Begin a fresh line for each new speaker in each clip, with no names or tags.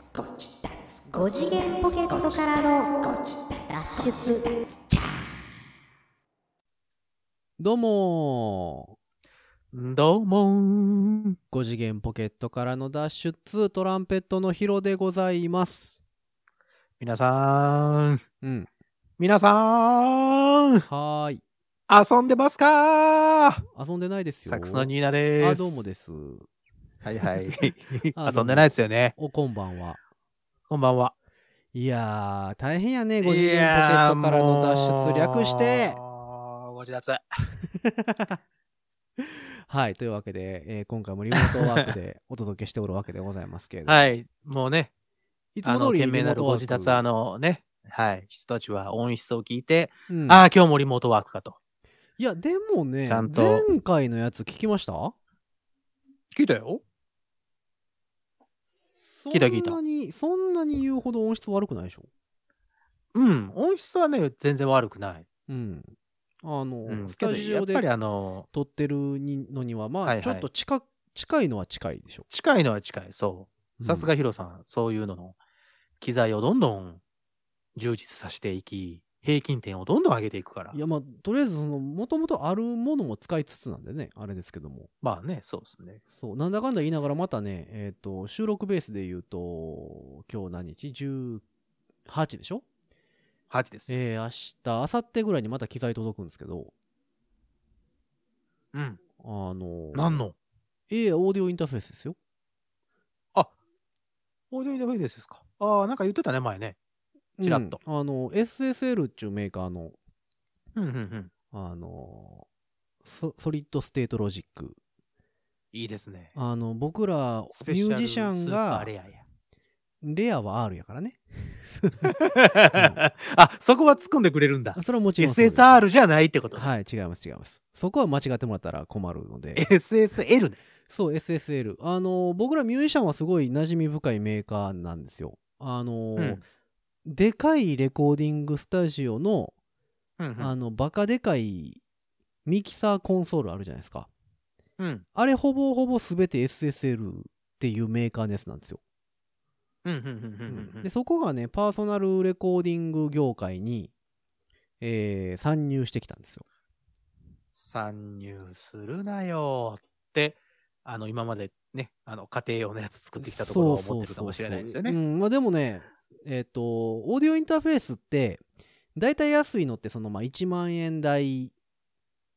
5次元ポケットからの脱出
どうも
どうもー
ー5次元ポケットからの脱出トランペットのヒロでございます
皆さん、
うん
皆さん、
はーい
遊んでますかー
遊んでないですよ
サックスのニーナです。
あどうもです
す。はいはい
あど
遊
う。も
んでないですよね。
おこんばんは
こんばんは。
いやー大変やね
い
5次元ポケットからの脱出略して
やーもうご自 立。
はいというわけで、えー今回もリモートワーク でお届けしておるわけでございますけれども、、
はいい。もうね、
いつ
あ
も
の、
通り
懸命
リモ
な
ー
る
ト
ご
ワー
自
ク
立、あのね、はい。人たちは音質を聞いて、
うん
ああ、今日もリモートワークかと。
いやでもね
ちゃんと
前回のやつ聞きました
聞いたよ。聞いた聞いた
そんなにそんなに言うほど音質悪くないでしょ
うん。音質はね、全然悪くない。
うん。あの、
うん。
ス
けど
タジ
や
オ
っぱり
で
あの、
撮ってるにのには、まあ、
はいはい
ちょっと近く近いのは近いでしょ。
近いのは近い。そう。さす
が。
がヒロさん、そういうのの機材をどんどん充実させていき、平均点をどんどん上げていくから
い。や、まあ、とりあえず、その、もともとあるものも使いつつなんでね、あれですけども。
まあね、そうですね。
そう、なんだかんだ言いながら、またね、えっ、と、収録ベースで言うと、今日何日 ?18 でしょ
8です。
えー、明日、明後日ぐらいにまた機材届くんですけど、
うん。
あの、
何の
ええオーディオインターフェースですよ。
オーディオインターフェースですか。ああ、なんか言ってたね、前ね。ちらっと
うんあの、SSL っていうメーカーの、
うんうんうん。
あのソソリッドステートロジック
いいですね。
あの僕ら
スペ
ミ
シャ
ュ
ル
ージシャン
スーパー
が
レアや。
レアは R やからね
あ、そこは突っ込んでくれるんだ。
それはもちろんそうです
SSR じゃないってことね。
はい違います違いますそこは間違ってもらったら困るので
SSL ね。
そう SSL あの僕らミュージシャンはすごい馴染み深いメーカーなんですよあの、
うん
でかいレコーディングスタジオの、
うん
あのバカでかいミキサーコンソールあるじゃないですか
うん。うん
あれほぼほぼ全て SSL っていうメーカーのやつなんですよ
うんうんうんうん
でそこがねパーソナルレコーディング業界に、えー参入してきたんですよ。
参入するなよって、あの、今までね、あの、家庭用のやつ作ってきたところは
そうそう
思ってるかもしれないですよね。
そううそううんまあ、でもねえっ、とオーディオインターフェースって大体安いのってそのまあ1万円台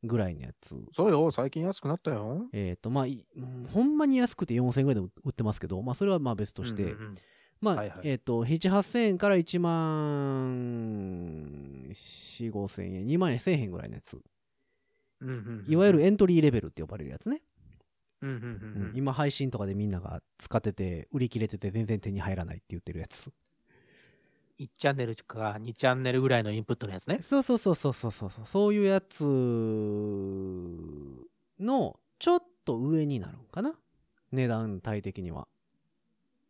ぐらいのやつ。
よ、最近安くなったよ。
えっ、とまあいうんほんまに安くて4000円ぐらいで売ってますけど、まあ、それはまあ別として、
うんうんうん
まあ、
はいはい
えっ、と78000円から1万45000円2万円1000円ぐらいのやつ
うんうんうん
いわゆるエントリーレベルって呼ばれるやつね。
うんうんうんうん
今配信とかでみんなが使ってて売り切れてて全然手に入らないって言ってるやつ
1チャンネルか2チャンネルぐらいのインプットのやつね。
そうそうそうそうそうそうそうそういうやつのちょっと上になるんかな値段帯的には、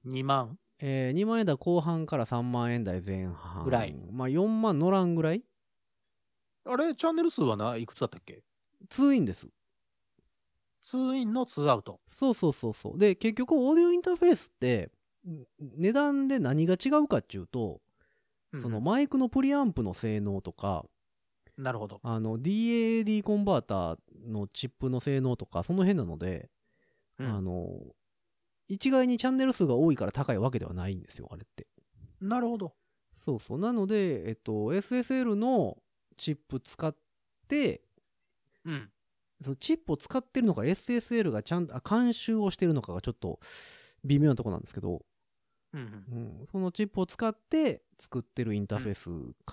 2万。
えー2万円台後半から3万円台前半
ぐらい
まあ4万乗らんぐらい
あれ、チャンネル数はないくつだったっけ
通院です
ツーインのツーアウト。
そうそうそうそうで結局オーディオインターフェースってん値段で何が違うかっていうと、その
うん
マイクのプリアンプの性能とか
なるほど。
あの DAD コンバーターのチップの性能とかその辺なので、
うん
あの一概にチャンネル数が多いから高いわけではないんですよあれって
なるほど。
そうそうなので、えっと、SSL のチップ使って
うん。
そのチップを使ってるのか SSL がちゃんとあ監修をしてるのかがちょっと微妙なとこなんですけど、
うんうん
うん、そのチップを使って作ってるインターフェース、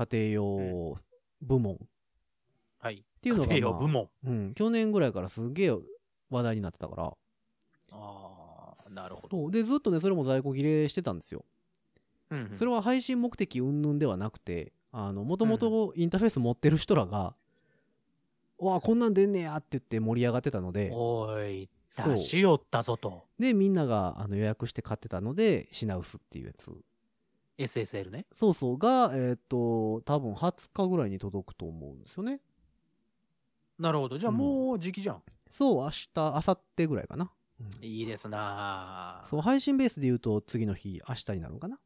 家庭用部門っ
はい。
ていうのが、
家庭
ま
用部
あ
門。
うん、去年ぐらいからすげえ話題になってたから。
ああ、なるほど。
そうで、ずっとね、それも在庫切れしてたんですよ。
うんうん
それは配信目的云々ではなくて、あの、もともとインターフェース持ってる人らが、わあ、こんなん出んねやって言って盛り上がってたので、
おーい、
そう
出しよったぞと。
で、みんながあの予約して買ってたので、品薄っていうやつ。
SSL ね。
そうそうが、えっ、と、多分20日ぐらいに届くと思うんですよね。
なるほど。じゃあ
うん
もう時期じゃん。
そう、明日、明後日ぐらいかな。うん
いいですなあ
そう、配信ベースで言うと次の日、明日になるのかな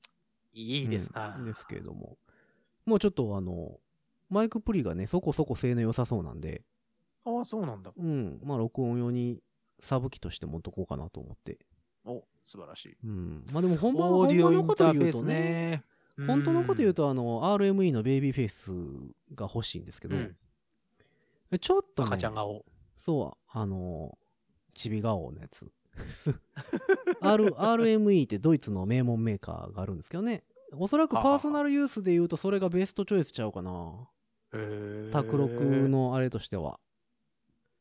い
いですなあ、
うんですけれども。もうちょっとあの、マイクプリがね、そこそこ性能良さそうなんで、
ああ、そうなんだ。
うん、まあ録音用にサブ機として持っとこうかなと思って。
お、素晴らしい。
うん。まあでも本番
オーディオ
本当
イ
の
ン
こ
タ
と
ーフェ
言う
ース
とね、
ね。
本当のこと言う
と、
とあの、RME のベイビーフェイスが欲しいんですけど、
うん
ちょっとね、
赤ちゃん顔。
そう、あのー、ちび顔のやつ。R、RME ってドイツの名門メーカーがあるんですけどね。おそらくパーソナルユースで言うとそれがベストチョイスちゃうかな。
へー
卓録。のあれとしては。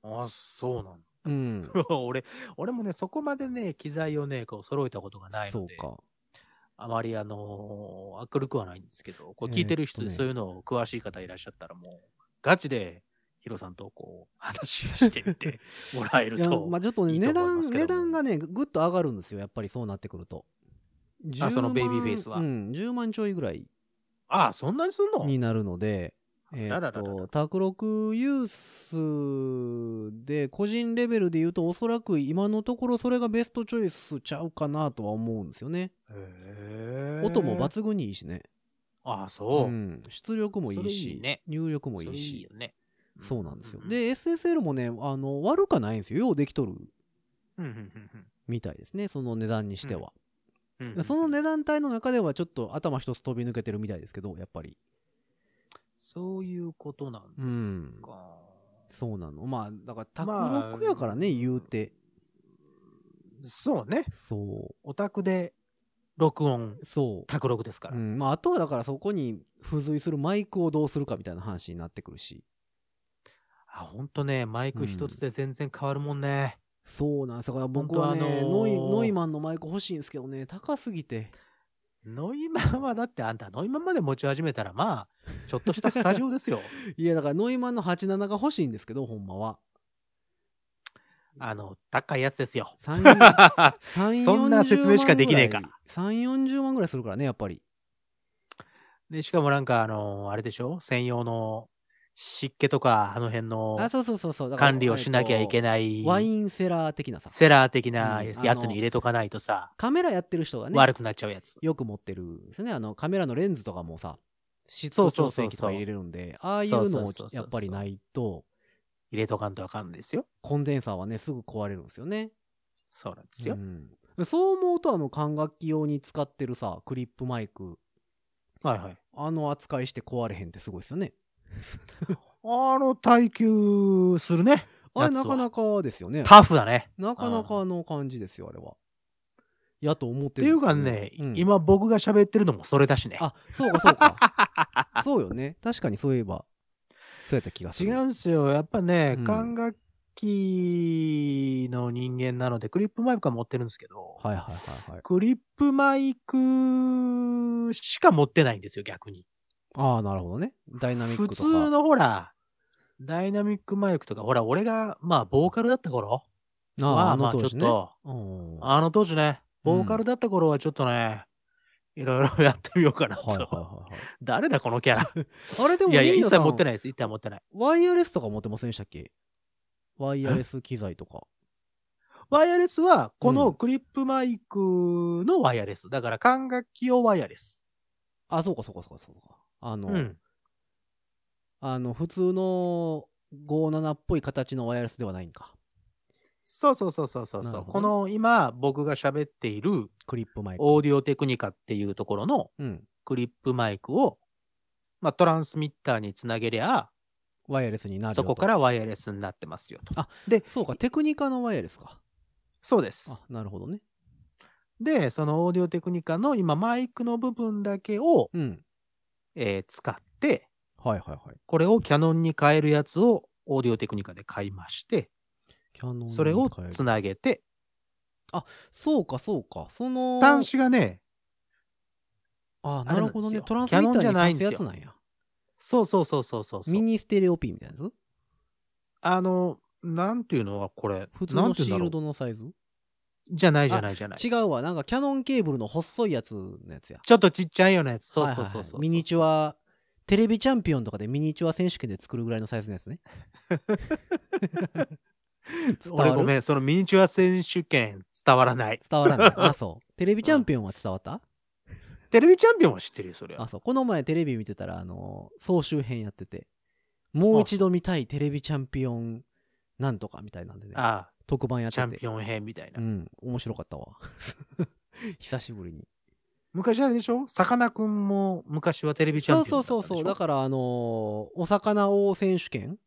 あ、そうなんだ。
うん。
俺、俺もね、そこまでね、機材をね、こう揃えたことがない
そ
の
う
で、
か。
あまりあのー、明るくはないんですけど、こう
えー
聞いてる人で
っとね
そういうのを詳しい方いらっしゃったらもう、ガチで、ヒロさんとこう、話をしてみてもらえ
い
る
や、
と。
まあちょっとね、
いいと
値
思いま
段、
すけど
値段がね、ぐっと上がるんですよ。やっぱりそうなってくると。
あその
10万
ベイビーフェイスは
うん、10万ちょいぐらい
あそんなにすんの
になるので、え
あ
ー
ら
っ
ららら
と、卓六ユースで、個人レベルで言うと、おそらく今のところそれがベストチョイスちゃうかなとは思うんですよね。
へー
音も抜群にいいしね。
あそう。
うん。出力もい
それ
い
いい
し
ね、
入力も
そ
い
れ
い
いい
し
よ。ね。
そうなんですよ。
う、
で、SSL もね、あの、悪かないんですよ。ようできとる
うんうんうん
みたいですね。その値段にしては。
うんうんうん
その値段帯の中ではちょっと頭一つ飛び抜けてるみたいですけど、やっぱり。
そういうことなん
う
です
ん。
か。
そうなの。まあ、だから、卓
まあ
六やからね、言うて。
そうね。
そ
オタクで録音、
う。そ
卓録ですか
う。う
ら。
ん。まあ、あとはだからそこに付随するマイクをどうするかみたいな話になってくるし。
あ、ほんとね、マイク一つで全然変わるもんね。
そうなんですだから僕はね、
本当あのー
ノイ、ノイマンのマイク欲しいんですけどね、高すぎて。
ノイマンはだってあんたノイマンまで持ち始めたらまあ、ちょっとしたスタジオ ですよ。
いや、だからノイマンの87が欲しいんですけど、ほんまは。
あの、高いやつですよ。
3、4 3
そんな説明しかできねえか。
3、40万ぐらいするからね、やっぱり。
で、しかもなんかあの、あれでしょ専用の湿気とか、あの辺の
あ、そうそうそうそう。だから
管理をしなきゃいけない。
ワインセラー的なさ。
セラー的な
うん
やつに入れとかないとさ、
カメラやってる人がね、
悪くなっちゃうやつ。
よく持ってるんですよね。あの、カメラのレンズとかもさ、湿
そ
度
うそう
調
そうそう
整器とか入れれるんで、ああいうのを
そうそうそうそう
やっぱりないと、
入れとかんとあかんですよ。
コンデンサーはね、すぐ壊れるんですよね。
そうなんですよ。
うんそう思うと、あの、管楽器用に使ってるさ、クリップマイク、
はいはい。
あの扱いして壊れへんってすごいですよね。
あの、耐久するね。
あれ、
や
な
つは
かなかですよね。
タフだね。
なかなかの感じですよ、あれは。やと思っ
ってて
る
い
ん
う
ですけ
か
ど
ね、
うん
今僕が喋ってるのもそれだしね。
あ、そうかそうか。 そうよね。確かにそういえば、そうやった気がす
違
る。
うんすよ。やっぱね
う、ん
管楽器の人間なので、クリップマイクは持ってるんですけど、
はいはいはいはい。
クリップマイクしか持ってないんですよ、逆に。
ああ、なるほどね。ダイナミッ
普
クとか。
通のほら、ダイナミックマイクとか、ほら、俺が、まあ、ボーカルだった頃
ああ、
は、ま
あの
あ、ちょ
当
っ
時ね。
と、
うんは
あの当時ね、ボーカルだった頃はちょっとね、いろいろやってみようか
い
なと。
はいはいはい。
誰だ、このキャラ。
あれでも
いやいや、
リー
一
ナさ
切
ん
持ってないです。一切持ってない。
ワイヤレスとか持ってませんでしたっけワイヤレス機材とか。
ワイヤレスは、こ
う
の
ん
クリップマイクのワイヤレス。だから、管楽器用ワイヤレス。
あ、そうかそうかそうかそうか。あの、
うん。
あの、普通の57っぽい形のワイヤレスではないんか。
そうそうそうそうそう
な
そ
る
う。
ほどね
この今、僕が喋っている、
クリップマイク。
オーディオテクニカっていうところの
うん。
クリップマイクを、まあ、トランスミッターにつなげりゃ、
ワイヤレスになるよと
そこからワイヤレスになってますよと。
あ
で、
そうか、テクニカのワイヤレスか。
そうです
あ。、なるほどね。
で、そのオーディオテクニカの今、マイクの部分だけを、
うん。
えー使って、
はいはいはい。
これをキャノンに変えるやつをオーディオテクニカで買いまして、
キャノン
それを
に変える
つなげて、
そうかそうか。その、
端子がね、
あ、
あ
な
れなん
る
ですよ
ほどね。トランスミ
キャ
ッタ
ノンじゃ
ー
ない
に
ん
挿
ですすよ
やつなんや。
そうそうそうそうそうそう
ミ。ニステレオ P みたいなやつ
あの、なんていうのはこれ、
普通
なん
の
てい
シ
うんだ
ー
ろ
ル
う
ドのサイズ
じゃないじゃないじゃない。
違うわ。なんかキャノンケーブルの細いやつのやつや。
ちょっとちっちゃいようなやつ。そうそう
はい
そ
は
う
い
そ
は
う。
いミニチュア、テレビチャンピオンとかでミニチュア選手権で作るぐらいのサイズのやつね。伝わ
俺
る
ごめん、そのミニチュア選手権伝わらない。
伝わ らない。あ、そう。テレビチャンピオンは伝わった、
テレビチャンピオンは知ってるよ、それ
あ、
は。
そう。この前テレビ見てたら、あのー総集編やってて、もう一度見たいテレビチャンピオンなんとかみたいなんでね、
あ
特番や
あ、
ってて。
チャンピオン編みたいな。
うん、面白かったわ。 久しぶりに。
昔あれでしょさかなクンも昔はテレビチャ
そ
ン
う
ピオ
そ
ンだ
う
った
そ
んでしょ
うそう。だから、あのーお魚王選手権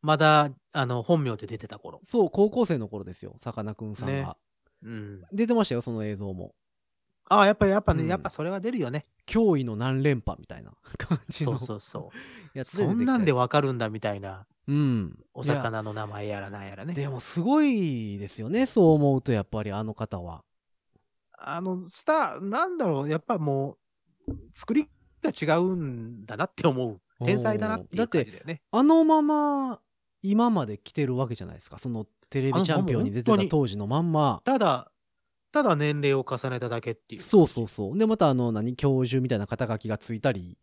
まだ、あの、本名で出てた頃。
そう、高校生の頃ですよ、さかなクンさんが、
ねうん。
出てましたよ、その映像も。
ああ、やっぱり、やっぱね、
うん
やっぱそれは出るよね。
驚異の何連覇みたいな 感じ
そ
の
うそうそう。
やつで出てきたやつ。
そんなんでわかるんだみたいな、
うん。
お魚の名前やらなんやら
いや。
ね。
でも、すごいですよね、そう思うと、やっぱりあの方は。
あの、スター、なんだろう、やっぱもう、作りが違うんだなって思う。天才だなっていう感じだよね。
あのまま、今まで来てるわけじゃないですか。そのテレビチャンピオンに出て
あのもう
た
本当
当時のまんま。
ただ、ただ年齢を重ねただけっていう。
そうそうそう。で、またあの、何、教授みたいな肩書きがついたり、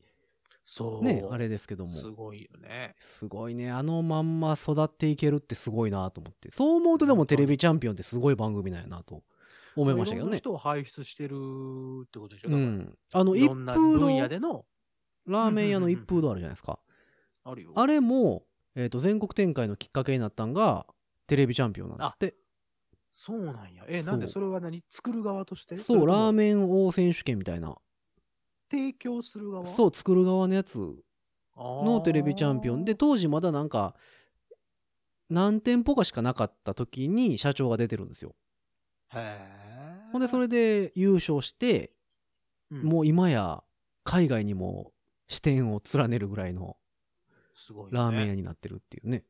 そう。
ね、あれですけども。
すごいよね。
すごいね。あのまんま育っていけるってすごいなと思って。そう思うとでもテレビチャンピオンってすごい番組なんやなと思いましたけ
いろ
ど
んな
ね。
人を輩出してるってことでしょ
う
だから
ん。あの、
い
一
ろんな
風
分野
堂、
での、
ラーメン屋の一風堂あるじゃないですか。
あるよ。
あれも、えっ、と、全国展開のきっかけになったんが、テレビチャンピオンなんですって。
そうなんや。え、
そう
なんでそれは何作る側として
そう、ラー
ン。
メン王選手権みたいな。
提供する側う。
そう、作る側のやつの
の
テレビチャンピオンで、、当時まだなんか、何店舗かしかなかった時に社長が出てるんですよ。
へ
ほんで、そ
れ、
れで優勝して、も
う
う今や海外にも視点を連ねるぐらいの
ん、すごいよね。
ラーメン屋になってるっていうね。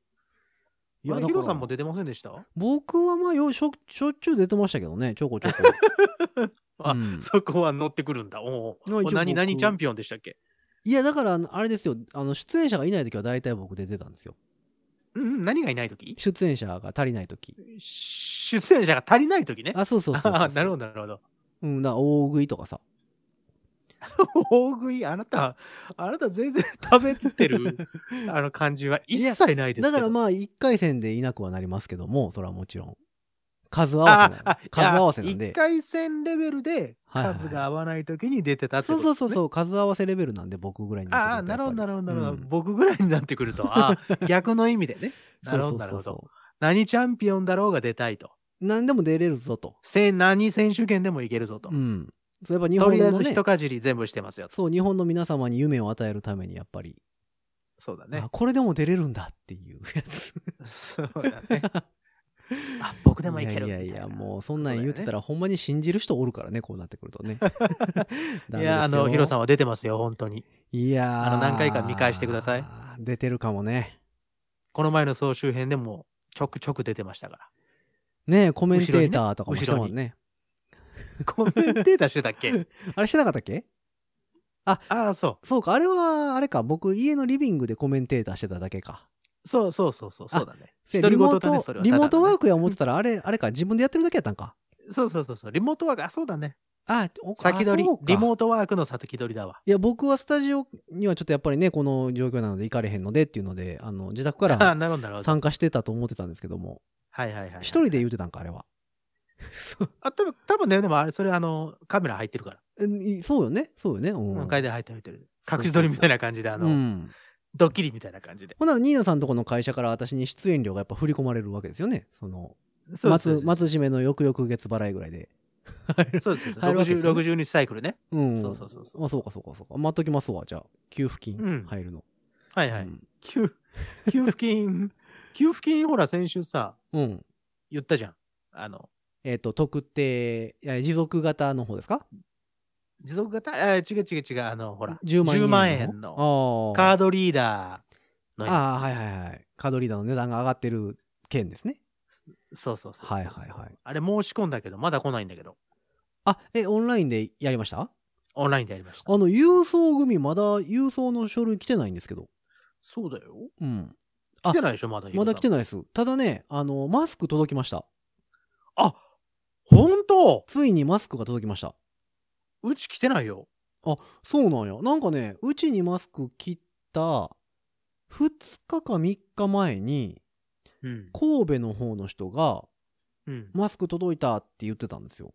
い
あ
や、
れ
だ
ヒ
か
ロさんも
ら
出てませんでした
僕はまあよしょしょっちゅう出てましたけどね、ちょこちょこ。
あ
うん
そこは乗ってくるんだ。お
まあ
お。
一応
何、何
僕
チャンピオンでしたっけ
いや、だからあのあれですよ、あの出演者がいない時は大体僕出てたんですよ。
うん、何がいないとき
出演者が足りない時。
出演者が足りないときね。
あ、そうそうそうそ う
あなるほど、なるほど。
うん、だから大食いとかさ。
大食い、あなた、あなた全然食べてる、 あの感じは一切ないですけど
だからまあ一回戦でいなくはなりますけども、それはもちろん。数合わせなん
ああ
数合わせなん
いや
で
一。回戦レベルで
はいはいはい
数が合わないときに出てたって
そ
こ
う
と
そうそうそう、数合わせレベルなんで僕ぐらいに
ああ、なるほど、な
る
るほど、なるほど。
うん
僕ぐらいになってくると、あ あ、逆の意味でね。なるほど、なるほど。何チャンピオンだろうが出たいと。
何でも出れるぞと。
せ何選手権でもいけるぞと。
うん。そうやっぱ日
と
本
りあえ
の
ず
ね
一、かじり全部してますよと。
そう、日本の皆様に夢を与えるためにやっぱり、
そうだね
あ。これでも出れるんだっていうやつ。
そうだね。 あ、僕でもいける
い
みた
や
いな。
いやいや、もうそんなん言ってたらほんまに信じる人おるからね、こうなってくる とね。
いや、あの、ヒロさ
ん。
んは出てますよ、本当に。
いやー
あの何回か見返してください。
出てるかもね。
この前の総集編でも、ちょくちょく出てましたから。
ねえコメンテーターとかもしてたもんね。
コメンテーターしてたっけ
あれしてなかったっけ
ああ、そ
そう か、あれは、あれか、僕、家のリビングでコメンテーターしてただけか。
う。そうそうそうそう、そうだね。
せ
独
リ
り
モ
言
ート、
だねそれは
リ
ただのね
モートワークや思ってたら、あれ、あれか、自分でやってるだけやったんか。
そうそうそうそう、リモートワーク、あ、そうだね。
あ、お
先取
あ
り
そう、か
リモートワークの先取りだわ。
いや、僕はスタジオにはちょっとやっぱりね、この状況なので行かれへんのでっていうので、あの、自宅か
ああ、
ら
なるほど、なるほど。
参加してたと思ってたんですけども、
はいはいはい。
一人で言うてたんか、あれは。
あ、多分、多分ね、でもあれ、それあの、カメラ入ってるから。
うんそうよね、そうよね。うん。
うん、回で入ってる、入ってる。隠し撮りみたいな感じで、あの、
うん。
ドッキリみたいな感じで。
ほな、ニーナさんとこの会社から私に出演料がやっぱ振り込まれるわけですよね。その、
そうそう
松
そう、
松締めの翌々月払いぐらいで。
そうそうそう
入るわけですよね
60 62サイクルね。
うん。
そうそうそうそう
あ、そうかそうかそうか。待っときますわ、じゃあ。給付
うん
金入るの。
はいはい。給給付 金、給付金、ほら、先週さ、
うん。うん。
言ったじゃん。あの、
えっ、と、特定、いや持続型の方ですか
持続型、あ違う違う違う、あの、ほら、
10万円の。
円の
の
カードリーダーのやつ。
ああ、はいはいはい。カードリーダーの値段が上がってる件ですね。
そうそうそうそうそう。
はいはいはい
あれ申し込んだけど、まだ来ないんだけど、
あ、え、オンラインでやりました
オンラインでやりました。
あの、郵送組まだ郵送の書類来てないんですけど。
そうだよ。
うん。あ
来てないでしょ、まだ。
まだ来て
ない。
ないです。ただね、あの、マスク届きました。
あ、本当
ついにマスクが届きました。
うち来てないよ。
そうなんや。なんかね、うちにマスク切った2日か3日前に、
うん。
神戸の方の人が、
うん。
マスク届いたって言ってたんですよ。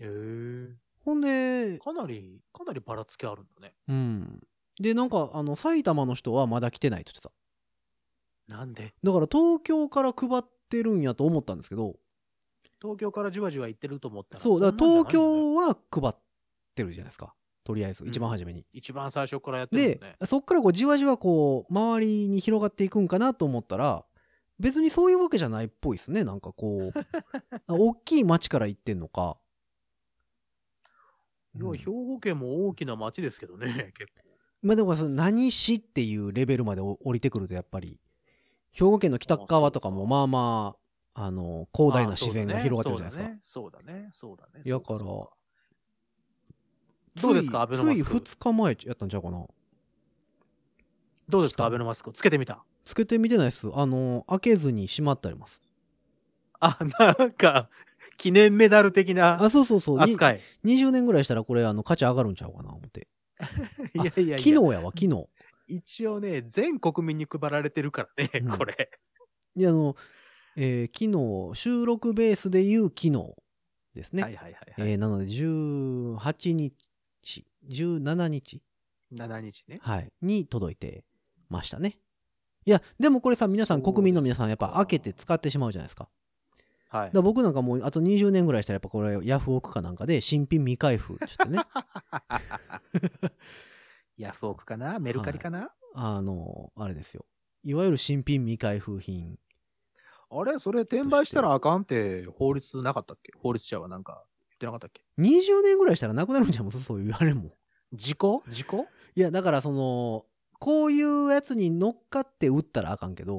へえ。
ほんで、
かなり、かなりばらつきあるんだね。
うん。で、なんか、あの、埼玉の人はまだ来てないって言ってた。
なんで
だから東京から配ってるんやと思ったんですけど、
東京からじわじわ行ってると思ったら。
そう、だから
んなん
東
じゃないんだね
京は配ってるじゃないですか。とりあえず、
うん
一番初めに。
一番最初からやってる
で
もんね。、
そっからこうじわじわこう、周りに広がっていくんかなと思ったら、別にそういうわけじゃないっぽいですね。なんかこ う、あ大きい町から行ってんのか。
要は
うん
兵庫県も大きな町ですけどね、結構。
まあでもその何市っていうレベルまでお降りてくるとやっぱり兵庫県の北側とかもまあまああの広大な自然が広がってるじゃない
すか。
ですか。
そうだね、そうだね。
やから
そうだ
つい
どうですかアベノマスク
つい2日前やったんちゃうかな。
どうですか、アベノマスク。つけてみた。
つけてみてないです。あの開けずに閉まってあります。
あ、なんか、記念メダル的な
あそうそうそう。に
扱い。
20年ぐらいしたらこれあの価値上がるんちゃうかな思って。
いや
あ
いやいや、
昨日やわ昨日。
一応ね、全国民に配られてるからね
うん、
これ。
いやあの、えー昨日収録ベースで言う昨日ですね。
はいはいはいはい。
えーなので18日17日
7日ね。
はい、に届いてましたね。いや、でもこれさ、皆さ
そ
ん、
うですか
国民の皆さん、やっぱ開けて使ってしまうじゃないですか。
はい
だか。ら僕なんかもう、あと20年ぐらいしたら、やっぱこれ、ヤフオクかなんかで、新品未開封、ちょっ とね、
ヤフオクかなメルカリかな、
あの、あれですよ。いわゆる新品未開封品。
あれそれ転売したらあかんって法律なかったっけ法律者はなんか言ってなかったっけ
20年ぐらいしたらなくなるんじゃん、もうそういうあれも。
事故事 故
いや、だからその、こういうやつに乗っかって打ったらあかんけど、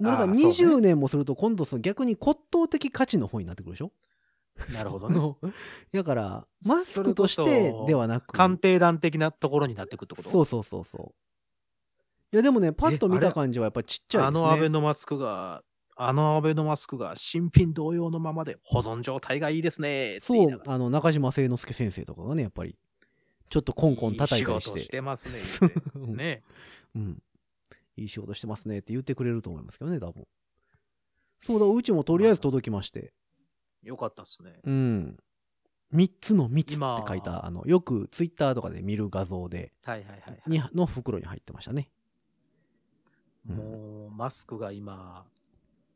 もうだから
あーそうね
20年もすると今度その逆に骨董的価値の方になってくるでしょ
なるほど ね。
のだから、マスクとし
それ
て
こそ
ではなく。
鑑定団的なところになってくってこと
そうそうそうそう。いや、でもね、パッと見
えあ
た
れ
感じはやっぱりちっちゃいですね。
あのアベノマスクが、あのアベノマスクが新品同様のままで保存状態がいいですね。って言
そ
いな
う
が、ら
あの、中島聖之助先生とかがね、やっぱり、ちょっとコンコン叩いたり
仕
し
事
て。
してますね。言うて
うん
ね。
うん。いい仕事してますねって言ってくれると思いますけどね、多分。そうだ、うちもとりあえず届きまして。
よかったっすね。
うん。3つの蜜って
今
書いた、あの、よくツイッターとかで見る画像で、
はいはいはい、はい
にの袋に入ってましたね。うん
もう、マスクが今、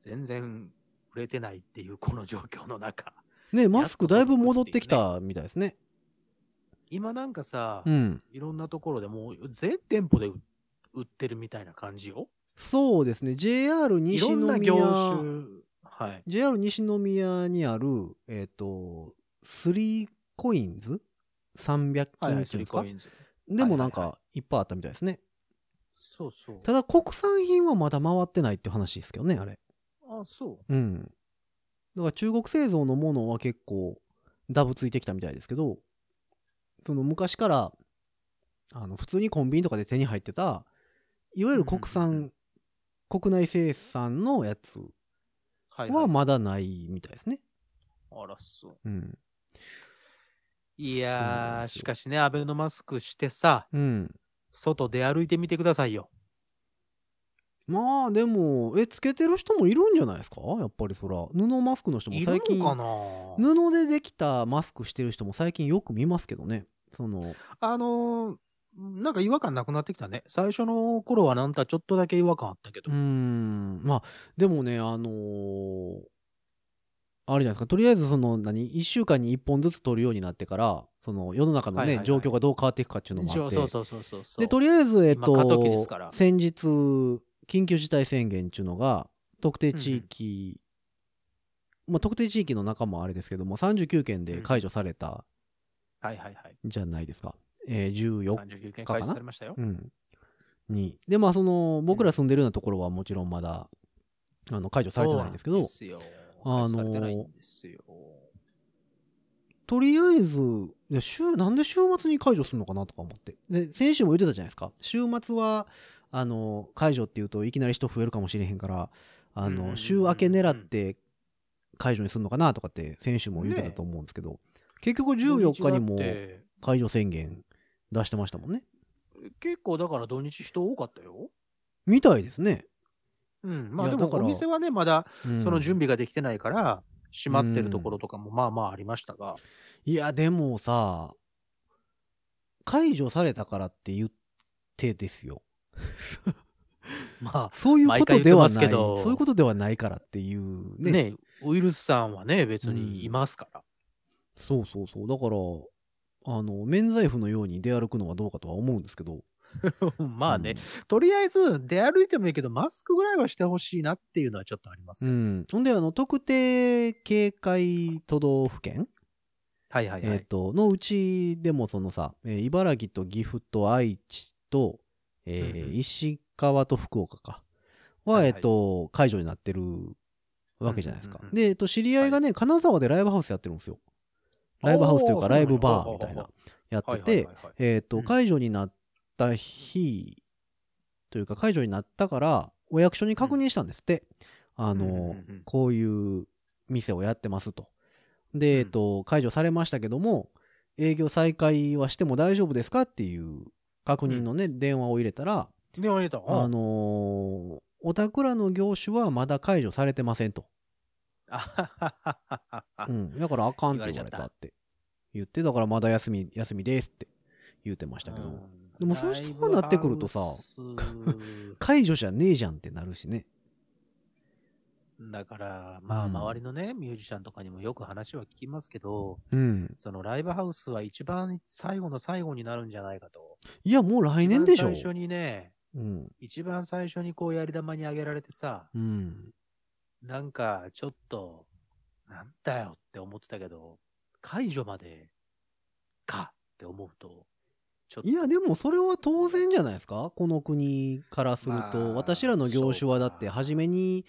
全然売れてないっていうこの状況の中。
ね、マスクだいぶ戻ってきたみたいですね。
今なんかさ、
うん。
いろんなところでもう全店舗で売売ってるみたいな感じよ。
そうですね。JR
い
西
ろんな業
宮、
種。はい。
JR 西宮にある、えっ、と、スリーコインズ ?300
はいはい、
均っていうん
ス
で
リ
すか、
コインズ。
でもなん
はいはい
かいっぱいあったみたいですね。
そうそう。
ただ国産品はまだ回ってないって話ですけどね、あれ。
あ、そう。
うん。だから中国製造のものは結構ダブついてきたみたいですけど、その昔から、あの、普通にコンビニとかで手に入ってた、いわゆる国
うんうん
産、国内生産のやつ
はい、は。
はいまだないみたいですね。
あら、そう。
うん。
いや
そうなん
ー、
ですよ
しかしね、アベノマスクしてさ、
うん。
外出歩いてみてくださいよ。
まあでも、え、つけてる人もいるんじゃないですかやっぱりそら。布マスクの人も
いる
最近、
のかな
布でできたマスクしてる人も最近よく見ますけどね。その、
あのー、なんか違和感なくなってきたね。最初の頃はなんかちょっとだけ違和感あったけど。
うーんまあでもねあのーあれじゃないですかとりあえずその何1週間に1本ずつ取るようになってからその世の中のね、
はいはいはい
状況がどう変わっていくかっていうのもあって
そうそうそうそうそうそう。
でとりあえずえっ
今過渡期です
と
から
先日緊急事態宣言っていうのが特定地域、まあ、特定地域の中もあれですけども39県で解除された
はいはいはい。
じゃないですか、えー14日
39件
かな
開始されましたよ。
うん。に。で、まあ、その、僕ら住んでるようなところはもちろんまだ、あの、解除されてないんですけど、
そうなんですよ
あの
開
ー
始されてないんですよ
とりあえず、いや週、なんで週末に解除するのかなとか思って。で、先週も言ってたじゃないですか。週末は、あの、解除っていうといきなり人増えるかもしれへんから、あ
うんうんうんう
の、
ん
週明け狙って解除にするのかなとかって先週も言ってたと思うんですけど、結局14日にも
土日だって
解除宣言出してましたもんね。
結構だから土日人多かったよ。
みたいですね。
ううん。ま
い
あ
や
で
だ
も
から
お店はね、まだ
うん
その準備ができてないから、閉まってるところとかもまあまあありましたが。
いや、でもさ、解除されたからって言ってですよ。
ま
そういうこ
毎
と
回
で
言って
は
ま
な
す
い。
けど
そういうことではないからっていう
あ
ね。
ねウイルスさんはね、別にいます から。
そうそうそう。だから、あの、免罪符のように出歩くのはどうかとは思うんですけど。
まあね、とりあえず出歩いてもいいけど、マスクぐらいはしてほしいなっていうのはちょっとあります
う
け
ん。
ど。
うん。ほんで、あの、特定警戒都道府県、
はいはいは
えっ、
い。
と、のうちでもそのさ、えー茨城と岐阜と愛知と、えー
うんうん
石川と福岡か。は、
はいはい
えっ、と、解除になってるわけじゃないですか。
うんうんうん
で、えっ、と、知り合いがね、金沢でライブハウスやってるんですよ。ライブハウスという
お
か、
ー
ライブバーみたいな、やって
はい
て、
はいはいはい。
えっ、と、
うん
解除になった日、というか解除になったから、お役所に確認したんですって。あの、
うんうんうん
こういう店をやってますと。で、
うん
えっ、と、解除されましたけども、営業再開はしても大丈夫ですかっていう確認のね、電話を入れたら、
で、あれだ。
あのーおたくらの業種はまだ解除されてませんと。
あはははははは
うん。だからあかんって言われたって言って、だからまだ休み、休みですって言ってましたけ ど。
うん
でもそうそうなってくるとさ
ライブハウス
解除じゃねえじゃんってなるしね。
だから、まあ、
うん
周りのね、ミュージシャンとかにもよく話は聞きますけど、
うん。
そのライブハウスは一番最後の最後になるんじゃないかと。
いや、もう来年でしょ。
一番最初にね、
うん。
一番最初にこうやり玉にあげられてさ、
うん。
なんかちょっと、なんだよって思ってたけど、解除までかって思うと、ちょっと。
いや、でもそれは当然じゃないですかこの国からすると、
まあ
私らの業種はだっ
そ
て、
うか
初めに、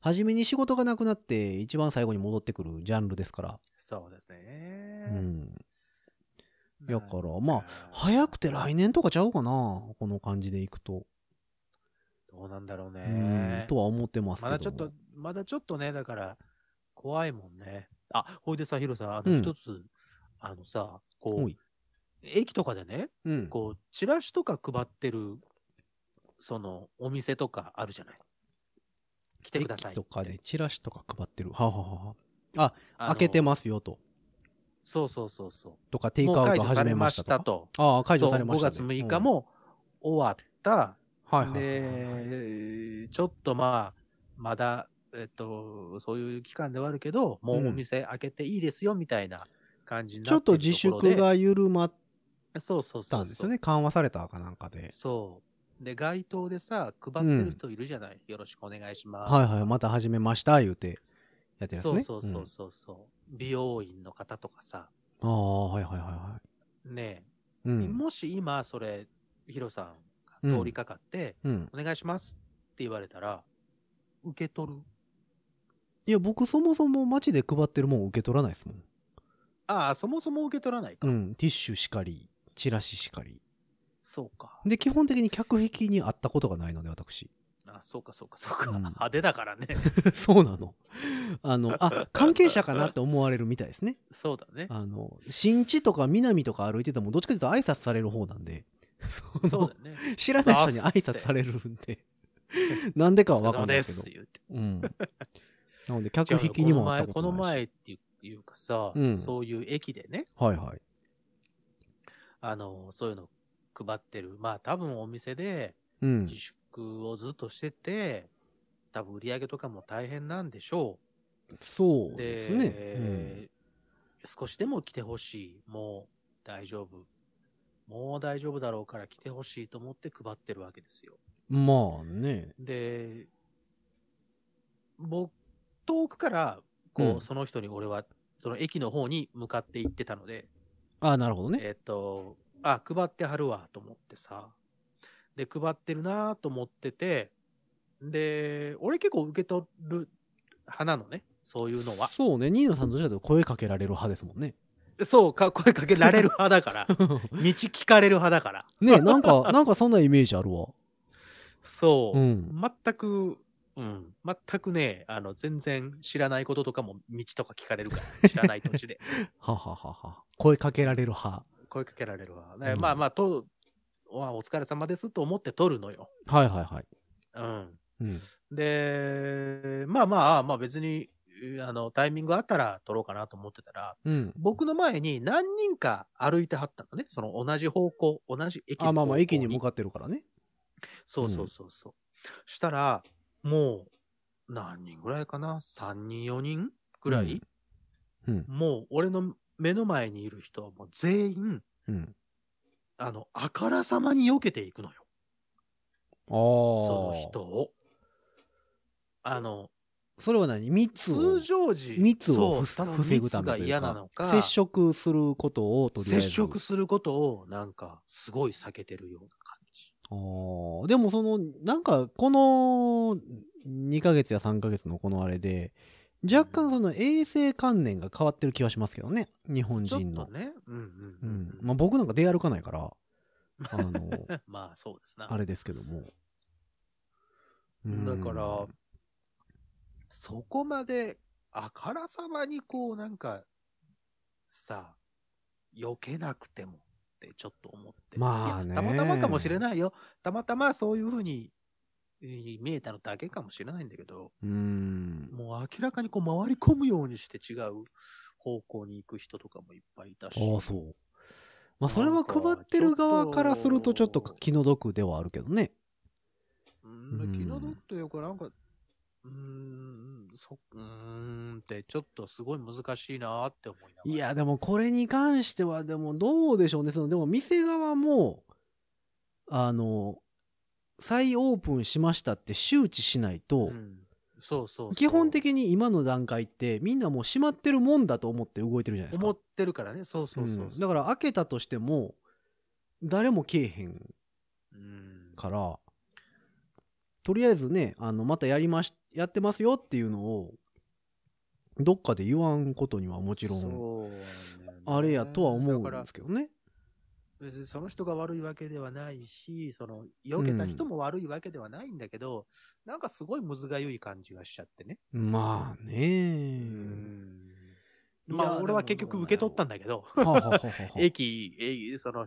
初めに仕事がなくなって、一番最後に戻ってくるジャンルですから。
そうですね
う。ん。
な
や
ん
からまあ、早くて来年とかちゃうかなこの感じでいくと。
どうなんだろうね。
うん。とは思ってますけ
ま
ど。
だちょっと、まだちょっとね、だから、怖いもんね。あ、ほいでさ、ヒロさん、あ
う
の、
ん
一つ、あのさ、こ
お
う、
い。
駅とかでね、
うん。
こう、チラシとか配ってる、その、お店とかあるじゃない。来てくださいっ
駅
て。
とかでチラシとか配ってる。はあはあはあ開けて
も。
ますよと。
そうそうそうそ
とか、
う。
テイク
もう
ア
解
ウト
除さ
始
れ
め
ま
ました
し
とか
たと。
ああ、解除されました、ね。
そう5月6日も終わった。
うん、はいはいはいはい、
で、ちょっとまあ、まだ、えっと、そういう期間ではあるけど、も
うん
うお店開けていいですよ、みたいな感じにな
ちょっ
って
と
る
自
ころで
粛、が緩まっ
そうそうそうそ
た
うん
ですよね。。緩和されたかなんかで。
そう。で、街頭でさ、配ってる人いるじゃない、よろしくお願いします。
はいはい、また始めました、言うて、やってるやつ
そう
ね。
そうそうそうそう、美容院の方とかさ、
うんああ、はいはいはいは
ね
い。う
え、
ん。
もし今、それ、ヒロさん
うん
が通りかかって、
うん。
お願いしますって言われたら、受け取る。
いや、僕そもそも街で配ってるもん受け取らないですもん。
ああ、そもそも受け取らないか。
うん。ティッシュしかり、チラシしかり。
そうか。
で、基本的に客引きに会ったことがないので、私。
あ、そうか、そうか、そうか。
うん
派手だから ね。
そうなの。あ の、あ、関係者かなって思われるみたいですね。
そうだね。
あの、新地とか南とか歩いてても、どっちかというと挨拶される方なんで。の
そうだね。
知らない人に挨拶されるんで。なんでかは
お疲
わ
れ
か
様
んない
で
です
す
け
言うて。
ど。うん。なので、客引きにもあったこ
ことの前、この
ない
前
し。
っていうかさ、
うん
そういう駅でね、
はいはい。
あの、そういうの配ってる。まあ多分お店で
うん
自。粛をずっとしてて、多分売り上げとかも大変なんでしょ
そう
う。
で
で、
すね。
少しでも来てほしい。もう大丈夫。もう大丈夫だろうから来てほしいと思って配ってるわけですよ。
うんまあね。
で、僕、遠くから、こう、
うん
その人に俺は、その駅の方に向かって行ってたので、
あなるほどね。
えっ、と、あ、配ってはるわ、と思ってさ。で、配ってるなーと思ってて、で、俺結構受け取る派なのね、そういうのは。
そうね。ニーノさんどちらかというと声かけられる派ですもんね。
そうか、声かけられる派だから。道聞かれる派だから。
ねな んか、なんかそんなイメージあるわ。
そう。
うん。
全く、うん、全くね、あの、全然知らないこととかも道とか聞かれる から、知らない土地で。
はははは。声かけられる派。
声かけられるわ。
うん
まあまあ、と、わお疲れ様ですと思って取るのよ。
はいはいはい。
うん。
うん。
で、まあまあ、まあ別に、あの、タイミングあったら撮ろうかなと思ってたら、
うん。
僕の前に何人か歩いてはったのね。その同じ方向、同じ駅の方向
あ、まあまあ、駅に向かってるからね。
そうそうそうそう。したら、もう、何人ぐらいかな ?3 人、4人ぐらい、
うん。
もう、俺の目の前にいる人はもう全員、
うん。
あの、あからさまに避けていくのよ。
ああ。そ
その人。を。あの、
それは何密
通。
を
常時、
密
そ
を
う
ふ
多分
防ぐた
密
め
が
という
嫌な
か
のか、
接触することをとりあ
接
えず。
触することを、なんか、すごい避けてるような感じ。
あーでもその、なんか、この2ヶ月や3ヶ月のこのあれで、若干その衛生観念が変わってる気はしますけどね、日本
ちょ
人
っ
の。
とね、うん
う
うんん、うん。
まあ、僕なんか出歩かないから、あの、
まあ、そうですな。
あれですけども。うん
だから、そこまで、あからさまにこう、なんか、さ、避けなくてもってちょっと思って。
まあ
い
ね
やたまたまかもしれないよ。たまたまそういうふうに、えー見えたのだけかもしれないんだけど、
うん。
もう明らかにこう回り込むようにして違う方向に行く人とかもいっぱいいたし。
ああ、そう。まあ、それは配ってる側からするとちょっと気の毒ではあるけどね。
うん
うん
気の毒というか、なんか、うーん、そ、うーんって、ちょっとすごい難しいなーって思いながら。
いや、でもこれに関しては、でもどうでしょうね。その、でも店側も、あの、再オープンしましたって周知しないと、
うん、そうそうそう
基本的に今の段階ってみんなもう閉まってるもんだと思って動いてるじゃないですか。
思ってるからね、そうそうそうそう、
うんだから開けたとしても、誰もけえへん
うん
から、とりあえずね、あの、またやりまし、やってますよっていうのを、どっかで言わんことにはもちろん、
そうなんだよね
あれやとは思うん
だか
で
ら
すけどね。
別にその人が悪いわけではないし、その、避けた人も悪いわけではないんだけど、なんかすごいむずがゆい感じがしちゃってね。
まあね
ま
いや
あ、俺は
で
結
も
局受け取ったんだけど、
はあはあはあは
駅、駅その、あ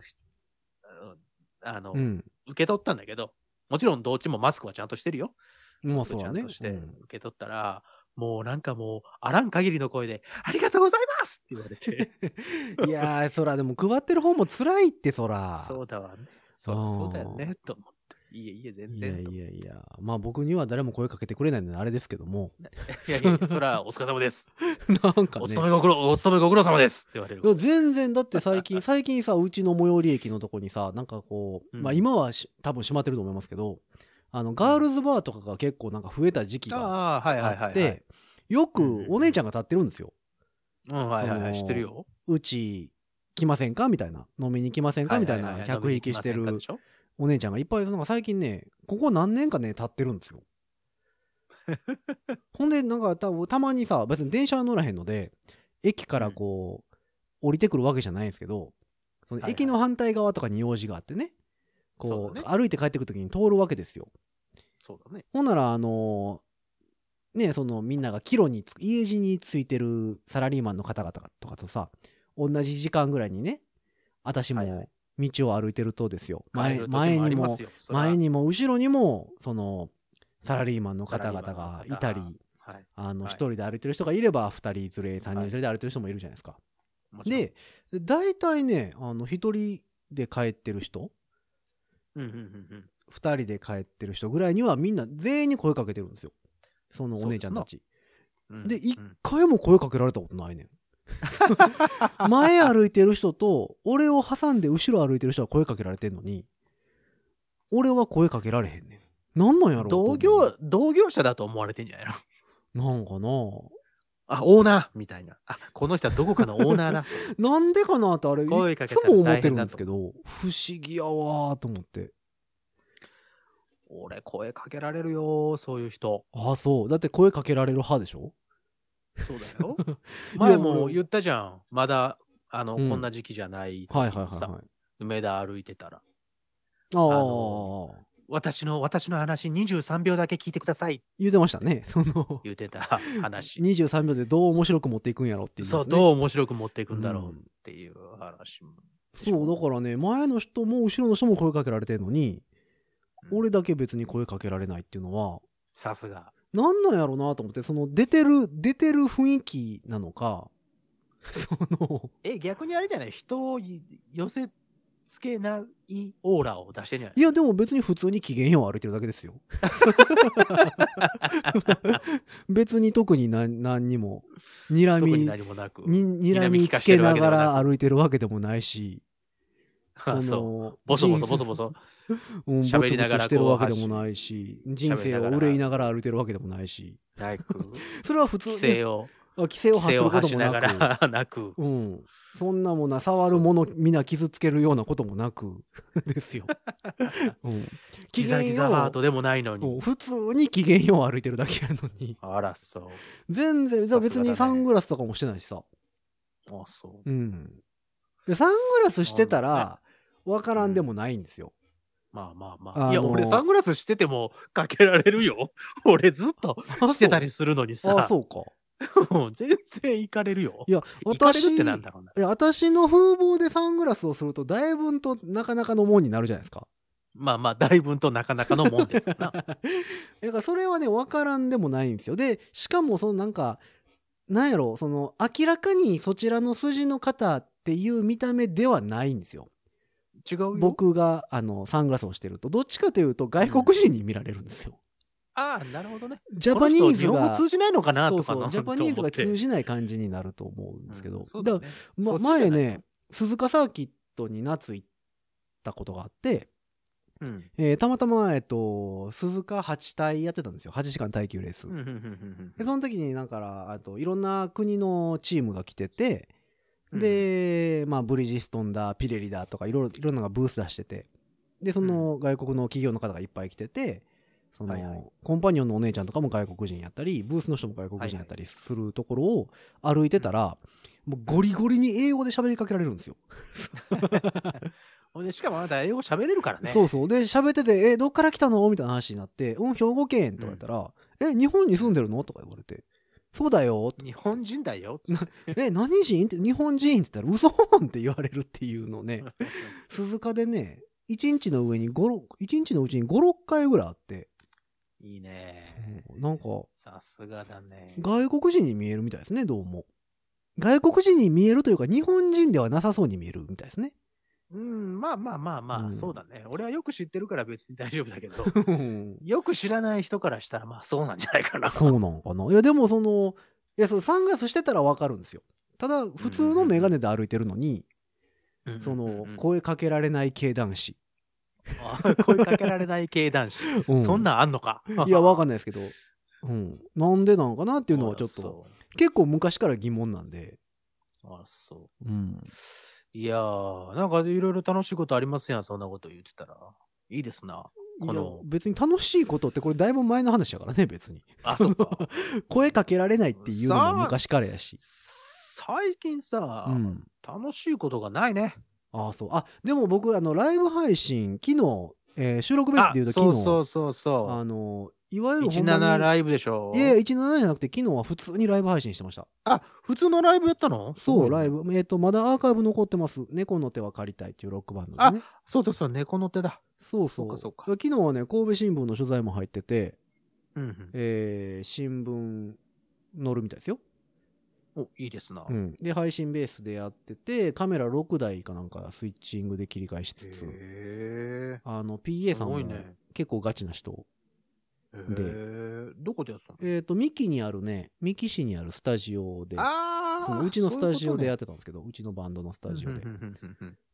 の、あの
あうん。
受け取ったんだけど、もちろんどっちもマスクはちゃんとしてるよ。
まあ
す
そ
ぐ
う
ちゃ
だ
ん
ね。
として
う
受
ん
け取ったら、もうなんかもう、あらん限りの声で、ありがとうございますって言われ て、
いやー、そら、でも配ってる方も辛いって、そら。
そうだわね。そりゃそうだよね、と思って。いえいえ、全
いや
然と
い
思っ
やいや、まあ僕には誰も声かけてくれないのであれですけども、
て。いやいやいや、そら、お疲れ様です。
なんか
お
ね
勤、めご苦労、お勤めご苦労様ですって言われる
い。や全然だって最近、 最近さ、うちの最寄り駅のとこにさ、なんかこう、
うん
まあ今はし多分閉まってると思いますけど、あの、ガールズバーとかが結構なんか増えた時期が
ああ、はいはいは
あっ
いはい。
て、
う
よ
ん
く
うん
お姉ちゃんが立ってるんですよ。
うん、はいはいは
その
い、知ってるよ。
うち来ませんかみたいな。飲みに来ませんかみたいな客引きして
飲みに
る
行きませんかでし
お姉ちゃんがいっぱい、なんか最近ね、ここ何年かね、立ってるんで すよ。ほんで、なんかたたまにさ、別に電車は乗らへんので、駅からこう、降りてくるわけじゃないんですけど、そ
は
の
いはい
駅の反対側とかに用事があってね、こう、
そうだ
歩いて帰ってくるときに通るわけですよ。
ょそうだね。
ほんなら、あのーね、そのみんなが帰路につ、家路についてるサラリーマンの方々とかとさ、同じ時間ぐらいにね、私
はいは
も道を歩いてるとですよ。
帰
前
る時
前
あ
に
りま
も
す、よ、そら
前、にも後ろにも、その、サラリーマンの方々がいたり、
はい、
あの、
はい
一人で歩いてる人がいれば、二人連れ、三人連れで歩いてる人もいるじゃないですか。
もちろん、
で、大体ね、あの、一人で帰ってる人、
うんうんうんうん。
二人で帰ってる人ぐらいにはみんな全員に声かけてるんですよ。そのお姉ちゃんたち。
うん
で、一
うん
回も声かけられたことないねん。 前歩いてる人と、俺を挟んで後ろ歩いてる人は声かけられてんのに、俺は声かけられへんねん。なんなんやろうと思
同
う
業、同業者だと思われてんじゃないの
なんかな
あ、オーナーみたいな。あ、この人はどこかのオーナーだ。
なんでかなってあれ、いつ
声かけたら
も思ってるんですけど、不思議やわーと思って。
俺、声かけられるよ、そういう人。
ああ、そう。だって声かけられる派でしょ
そうだ よ。前も
俺
言ったじゃん。まだ、あの、
うん
こんな時期じゃない。
はいはいはいはい。
さ
あ
梅田歩いてたら。
あ
の
ー、
私の、私の話23秒だけ聞いてください。
言うてましたね。その、
言う てた話。
23秒でどう面白く持っていくんやろっていう、ね。
そう、どう面白く持っていくんだろううんっていう話も。
そう、だからね、前の人も後ろの人も声かけられてるのに、
うん
俺だけ別に声かけられないっていうのは、
さすが。
なんなんやろなと思って、その出てる、出てる雰囲気なの か、その、
え、逆にあれじゃない人をい寄せ付けないオーラを出してんじゃない
いや、でも別に普通に機嫌よう歩いてるだけです よ。別に特に何何にも、睨
特
み
に、何もなく。
に睨みつけながら歩いてるわけでもないし、
あ そう。
の
ボソボソボソボソ。
うん、ボツボツ
喋りながら
してるわけでもないし、人生を憂いながら歩いてるわけでもないし、
なく、
それは普通
規
に
制を、
あ規制を
規
発
制
する
を
こと
発し
も
なが
なく、
ら、 なく。
うん、そんなもんな、触るもの、皆傷つけるようなこともなく です よ。うん、
ギザギザ
機嫌
ハー
よ
トでもないのに。
う普通に機嫌よう歩いてるだけやのに、
あら、そ
全然、じゃあ別に
さすが
サ
だね
ングラスとかもしてないしさ。
う。あ、そう。
うん。で、サングラスしてたら、わからんでもないんですよ。
まあまあま
あ
あ。
の
いや、俺サングラスしててもかけられるよ。 俺ずっと
あ
してたりするのに
そうあ、
さ。
そうか。
もう全然行かれるよ。
いや、
行かれ
私、
るってなんだ
い
ろうな。
や私の風貌でサングラスをすると、だいぶんとなかなかのもんになるじゃない ですか。
まあまあ、だいぶんとなかなかのもんですよな。
だからそれはね、わからんでもないんですよ。で、しかもそのなんか、なんやろ、その明らかにそちらの筋の方っていう見た目ではないんですよ。
違うよ。
僕があのサングラスをしてると、どっちかというと外国人に見られるんですよ。
ああ、なるほどね。
ジャパニーズ
この人日本
が
語、通じないのかな
そ
と
う
か
そう、
な
ジャパニーズが通
じ
じない感じになると思うんですけど、
そう
だ
だ
か
ね。
らま
そっちじゃない
前ね、鈴鹿サーキットに夏行ったことがあって、
うん。
えーたまたま、えっと、鈴鹿8体やってたんですよ。8時間耐久レース。
うんうんうんう
で
ん
その時になんかあといろんな国のチームが来てて、
うん、
で、まあ、ブリヂストンだピレリだとかいろいろいろんなのがブース出しててでその外国の企業の方がいっぱい来ててその、
はいはい
コンパニオンのお姉ちゃんとかも外国人やったりブースの人も外国人やったりするところを歩いてたら、もうゴリゴリに英語で喋りかけられるんですよ。
ほんで、しかもあなた英語喋れるからね。
そうそう。で、喋ってて、え、どっから来たのみたいな話になって、うん、兵庫県とか言ったら、え、日本に住んでるのとか言われて、そうだ よ。
日本人だよ。
え、何人って、日本人って言ったら、嘘んって言われるっていうのね、鈴鹿でね、一日の上に五六一日のうちに5、6回ぐらいあって、
いいね。
なんか、
さすがだね。
外国人に見えるみたいですね、どうも。外国人に見えるというか、日本人ではなさそうに見えるみたいですね。
うん、まあまあまあまあ、
うん
そうだね。俺はよく知ってるから別に大丈夫だけど、
うん
よく知らない人からしたらまあそうなんじゃないかな。
そうなんかな。いや、でもその、いや、そうサングラスしてたらわかるんですよ。ただ、普通のメガネで歩いてるのに、
うんうんうん
その、声かけられない系男子。
あ声かけられない系男子。
う
そんなんあんのか。
いや、わかんないですけど、うん。なんでなんかなっていうのはちょっと、結構昔から疑問なんで。
あそう。あそう
うん。
いやー、なんかいろいろ楽しいことありますやん、そんなこと言ってたら。いいですな。この
いや別に楽しいことってこれだいぶ前の話やからね、別に。
あ、そうか。
声かけられないっていうの
さあ
も昔からやし。
最近さ、
うん。
楽しいことがないね。
ああ、そう。あ、でも僕、あの、ライブ配信、昨日、えー収録ベースで言うと
そ
昨
う
日、
そうそうそ
あの、いわゆ
う。
るほんまに
17ライブでしょ。
いやいや、17じゃなくて、昨日は普通にライブ配信してました。
あ、普通のライブやったの
そう、ライ
ブ。
ブ。えっ、と、まだアーカイブ残ってます。猫の手は借りたいっていうロックバンドでね。
そうだそうだ、猫の手だ。
そうそ
そ
う。
うかそうか
昨日はね、神戸新聞の取材も入ってて、
うんうん。
えー新聞載るみたいですよ。
お、いいですな。
うんで、配信ベースでやってて、カメラ6台かなんかスイッチングで切り替えしつつ、
へ
あの、PA
え。
さ
す
んも
ごいね。
結構ガチな人。
へ
で
え。どこでやってたの
えっ、と、三木にあるね、三木市にあるスタジオで、
ああ
そのうちのスタジオでやってたんですけど、うちのバンドのスタジオで。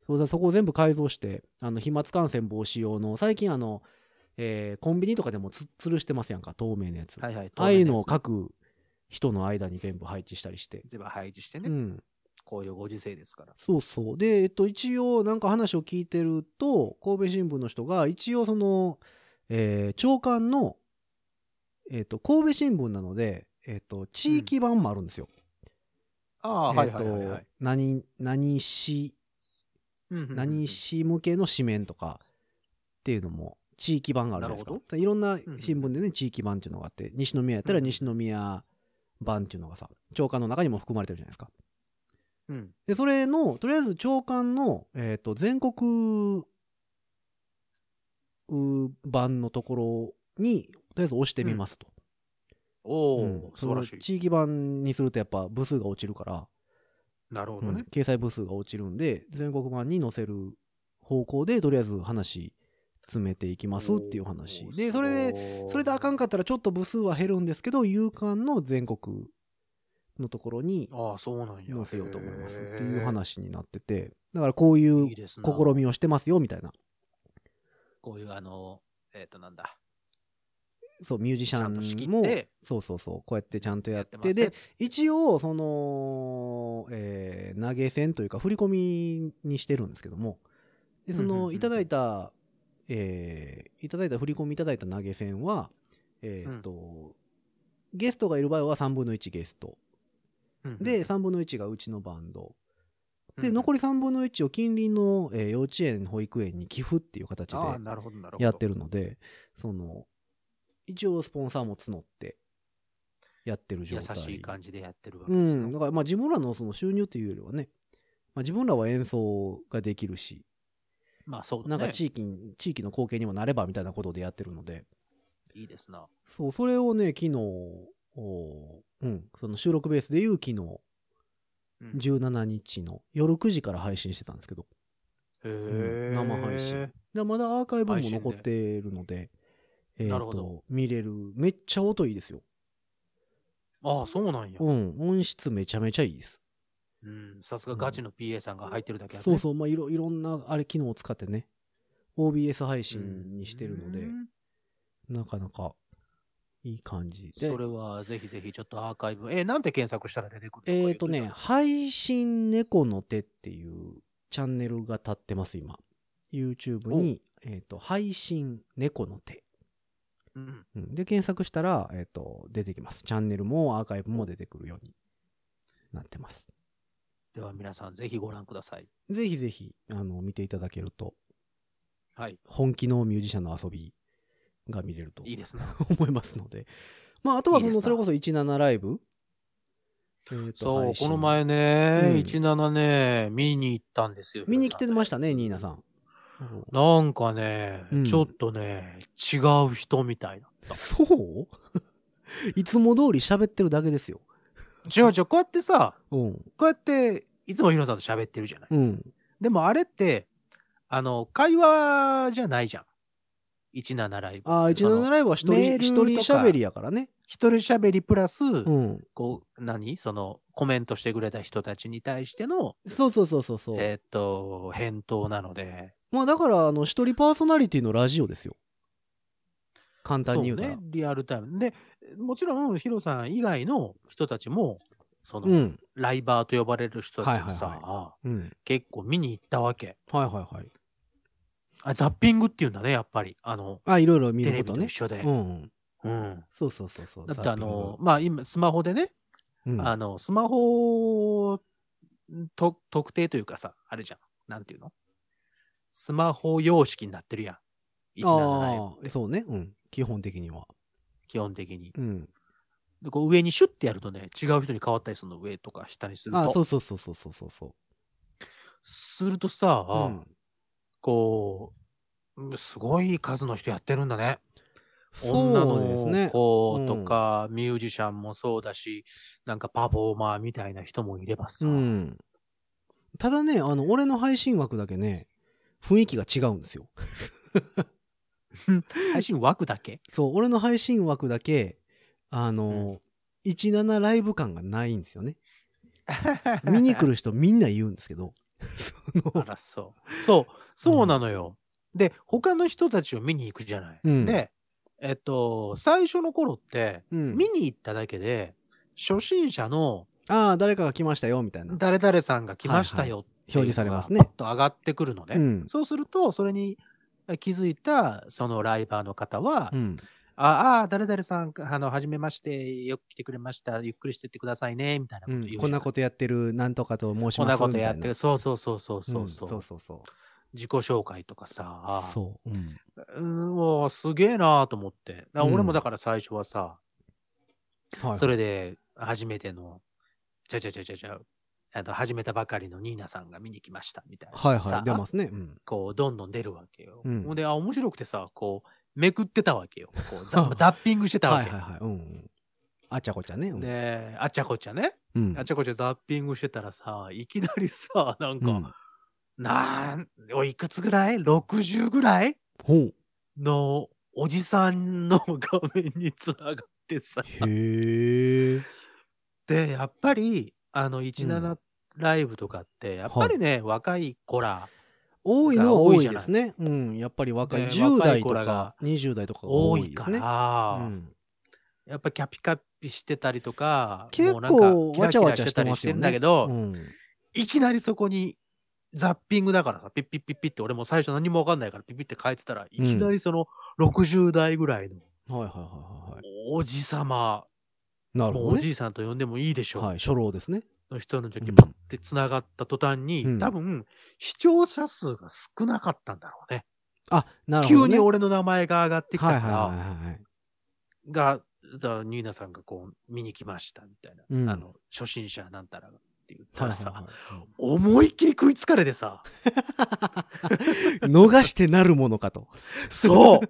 そうだそこを全部改造してあの飛沫感染防止用の最近あの、えーコンビニとかでもつ吊るしてますやんか透明なやつ、
はいはい。
ああいうのを各人の間に全部配置したりして、
全部配置して
う
ね。
ん、
こういうご時世ですから。
そうそうで、えっと、一応なんか話を聞いてると神戸新聞の人が一応その、えー長官の、えっと、神戸新聞なので、えっと、地域版もあるんですよ、
ああ、はいはいはいは
え
い
っと。何何市
うんうんうん
何市向けの紙面とかっていうのも地域版があるじゃないで
なる
すかいろんな
うん
新聞でね地域版っていうのがあって西宮やったら西宮版っていうのがさ長官の中にも含まれてるじゃないですか
うん。
でそれのとりあえず長官の、えー、と全国う版のところにとりあえず押してみますと。
おお、
うん
素晴らし
その
い。
地域版にするとやっぱ部数が落ちるから、
なるほ
う
ど
ん
ね。
掲載部数が落ちるんで、全国版に載せる方向で、とりあえず話詰めていきますっていう話。で、それで、
で
それであかんかったらちょっと部数は減るんですけど、勇敢の全国のところに
ああ、そうなんや。
載せようと思いますってい
へ
う
え
話になってて、だからこういう
いいですな
試みをしてますよみたいな、
こういう、あの、えっ、と、なんだ。
そう、ミュージシャ
ちゃんと仕
ン
切っ
も
て、
そうそうそう、こうやってちゃんとやっ
やって
て、
ます
で、一応、その、えー投げ銭というか、振り込みにしてるんですけども、で、そ
うんうんうん
の、
うん
いただいた、えーいただいた振り込みいただいた投げ銭は、えーっと、ゲストがいる場合は3分の1ゲスト。
うん
で、、3分の1がうちのバンド。
う
で、
ん
残り3分の1を近隣の、えー幼稚園、保育園に寄付っていう形で
ああ、なるほど、なるほど。
やってるので、その、一応スポンサーも募って、やってる状
優
態。
しい感じでやってるわけ
う
ですよ。
ん。だから、まあ自分らのその収入というよりはね、まあ自分らは演奏ができるし、
まあ、そうだ
な
ね。
んか地域に、地域の貢献にもなればみたいなことでやってるので、
いいですな。
そう、それをね、昨日、おーうん、その収録ベースでいう昨日、
うん
17日の夜9時から配信してたんですけど、
へえ、
生配信。でまだアーカイブも
配信で
残っているので、えっ、
なるほ
と
ど、
見れる。めっちゃ音いいですよ。
ああ、そうなんや。
うん、音質めちゃめちゃいいです。
うん。さすがガチの PA さんが入ってるだけあって
そうそう、まあ、いろ、いろんな、あれ、機能を使ってね、OBS 配信にしてるので
う、ん
なかなか、いい感じで
そ。れはぜひぜひちょっとアーカイブ。えーなんて検索したら出てくるの
えっ、とね、。配信猫の手っていうチャンネルが立ってます、今。YouTube に、えっ、と、配信猫の手。
うん。
うんで、検索したら、えっ、と、出てきます。チャンネルもアーカイブも出てくるようになってます。
では皆さんぜひご覧ください。
ぜひぜひ、あの、見ていただけると、
はい。
本気のミュージシャンの遊びが見れると
いいですな。
思いますので。まあ、あとはそ
いいで
の、
すな
それこそ17ライブえーと
そう、
配信
この前ね、
うん
17ね、見に行ったんですよ。
見に来てましたね、ニー
ニ
ナさん。
なんかね、
うん
ちょっとね、違う人みたいな。
そういつも通り喋ってるだけですよ。
違う違う、こうやってさ、
うん。
こうやって、いつもヒロさんと喋ってるじゃない。
うん。
でもあれって、あの、会話じゃないじゃん。17ライブ。
ああ、
その
17ライブは一
メ
人、
ール
一
とか
人喋りやからね。
一人喋りプラス、
うん。
こう、何その、コメントしてくれた人たちに対しての、
そうそうそうそうそう。
えーっと、返答なので、
まあだから、あの、一人パーソナリティのラジオですよ。簡単に言うなら。
そうね、リアルタイム。で、もちろん、ヒロさん以外の人たちも、その、
うん。
ライバーと呼ばれる人たちもさ、
はいはいうん。
結構見に行ったわけ。
はいはいはい。
あ、ザッピングっていうんだね、やっぱり。あの、
あ、いろいろ見
テ
る
レビ
こと
と
ね
一。緒で。
うんうん。
うん
そうそうそうそう。
だってあの、まあ今、スマホでね、
ザッピング、うん
あの、スマホと、特定というかさ、あれじゃん。なんていうのスマホ様式になってるやん。17ライブ
ああ、そうね。うん。基本的には。
基本的に。
うん。
でこう上にシュッてやるとね、違う人に変わったりするの、上とか下にする
あそ
と。
うそうそうそうそうそうそ
するとさ、
う。うん。
こう、うんすごい数の人やってるんだね。女
そうです
の
ね。
子
う
と
ん
か、ミュージシャンもそうだし、なんかパフォーマーみたいな人もいればさ。
うん。ただね、あの、俺の配信枠だけね、雰囲気が違うんですよ。
配信枠だけ
そう、俺の配信枠だけ、あの、17ライブ感がないんです よね。 見に来る人みんな言うんですけど。そ
あ
の
ら、そう。そう、そうなのよ。で、他の人たちを見に行くじゃない。
うん
で、えっと、最初の頃って、
うん
見に行っただけで、初心者の
ああ、誰かが来ましたよ、みたいな。
誰々さんが来ましたよっていうのが
表示されますね
パッと上がってくるのね。
うん
そうすると、それに気づいた、そのライバーの方は、
うん。
ああー、誰々さん、あの、はじめまして、よく来てくれました、ゆっくりしてってくださいね、みたいなこ
う
と言うじ
ん
ゃ、
こんなことやってる、なんとかと申し
こん
ま
な
す。
ことやってる。
み
そうそうそうそう
たいな
そううんそう、
そうそうそう。
自己紹介とかさ、
そう。うん
うん、うわすげえなーと思って。だから俺
う
も
ん
だから最初はさ、
はい
それで初めての、ちゃちゃちゃちゃちゃ、あの始めたばかりのニーナさんが見に来ましたみたいな。
はい
さ
はい。出ますね。うん。
こう、どんどん出るわけよ。
うん
ほんで、あ、面白くてさ、こう、めくってたわけよ。こ うザ
あ
ザッピングしてた
は
わ
い
け。
はいはい。うんうん。あちゃこちゃね。うん
で、あちゃこちゃね。
うん。
あちゃこちゃザッピングしてたらさ、いきなりさ、なんか、
うん
なん、おいくつぐらい ?60 ぐらい
ほう。
のおじさんの画面につながってさ。
へえ。
で、やっぱり、あの、
う
17ライブとかって、やっぱりね、若い子ら
多いのは多
多い
い
じゃな
で
い
すね。うん。やっぱり若い。
ね
10
若
代
い
と
子らが
か20代とかが
多
多い
い
で
か
すね。
ら、
うん
やっぱキャピカピしてたりとか、
結
もうなんか
構わちゃわちゃしてます
キラキラしてたりして
よね。
んだけど、
うん
いきなりそこに、ザッピングだからさ、ピッピッピッピッって、俺も最初何もわかんないからピッピッって書いてたら、いきなりその60代ぐらいの
はいはいはいはいはい。
おじさま、
なる
も
ほ
う
ど
お
ね。
じいさんと呼んでもいいでしょう、
はい、初老ですね。
の人の時
う
に
ん
パッて繋がった途端に、
うん
多分、視聴者数が少なかったんだろうね。
あ、なるほ
急
どね。
に俺の名前が上がってきた
はい
から、
はいはいはい。
が、ザニーナさんがこう、見に来ました、みたいな。
うん
あの、初心者なんたらがって言ったらさ、
はいはいはい
思いっきり食いつかれてさ、
逃してなるものかと。
そう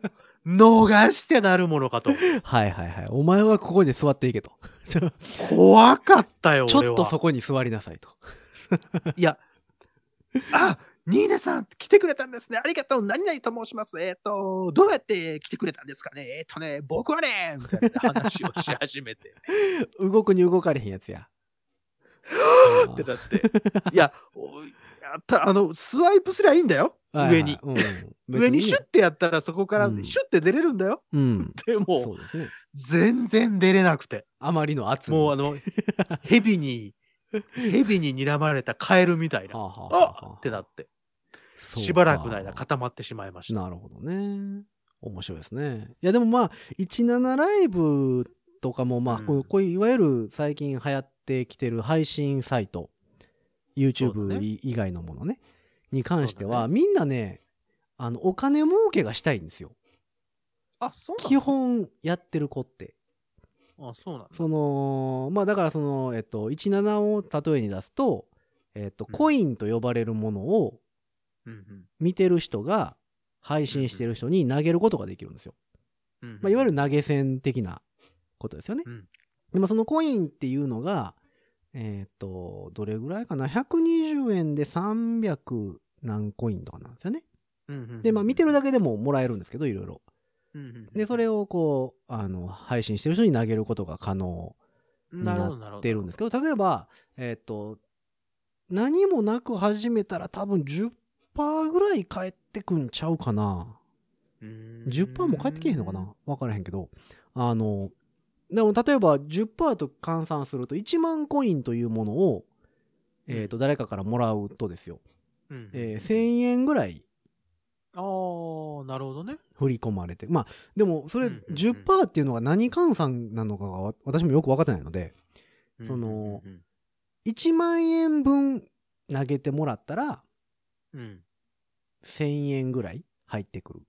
逃してなるものかと。
はいはいはい。お前はここに座っていけと。ちょ
怖かったよ、
ち
俺は。
ょっとそこに座りなさいと。
いや、あ、ニーナさん、来てくれたんですね。ありがとう。何々と申します。えっ、と、どうやって来てくれたんですかね。えっ、とね、僕はね、みたいな話をし始め て。
動くに動かれへんやつや。
ってなって。いや、おやった、あの、スワイプすりゃいいんだよ。上に。
はいはいうん
上にシュッてやったらそこから
うん
シュッて出れるんだよ。
うん。
でも、
そうですね。
全然出れなくて。
あまりの圧に
もうあの、 蛇に、蛇に睨まれたカエルみたい
は
な。
あはあはあ
あ
は
っ
あ
てなって、
そうか
しばらくの間固まってしまいました。
なるほどね。面白いですね。いやでもまあ、17ライブとかもまあ、
うん
こうこういういわゆる最近流行ってきてる配信サイト、
そうだ
YouTube
ね
い以外のものね、に関して
そ
は、
う
みんなね、あの、お金儲けがしたいんですよ。
あ、そう
基本やってる子って。
なのあ、そうなの
その、まあだからその、えっと、17を例えに出すと、えっと、
うん
コインと呼ばれるものを
うん
見てる人が配信してる人に投げることができるんですよ。
うんうん
まあ、いわゆる投げ銭的なことですよね。
うん
でまあ、そのコインっていうのが、えっ、と、どれぐらいかな ?120 円で300何コインとかなんですよね。
うんうんうん
で、まあ見てるだけでももらえるんですけど、いろいろ。
うんうんうん
で、それをこう、あの、配信してる人に投げることが可能に
なるほどなるほ
な
ど
ってるんですけど、例えば、えっ、と、何もなく始めたら多分10%ぐらい返ってくんちゃうかな。
うーん
10%も返ってけえへんのかな分からへんけど。あの、でも例えば10%と換算すると1万コインというものを、えっ、と、誰かからもらうとですよ。
うんうん
えー1000円ぐらい
あーなるほどね
振り込まれて。まあ、でもそれ
うんうんうん
10%っていうのが何換算なのかがわ私もよく分かってないので、その
うんうん
1万円分投げてもらったら
うんうん
1000円ぐらい入ってくる。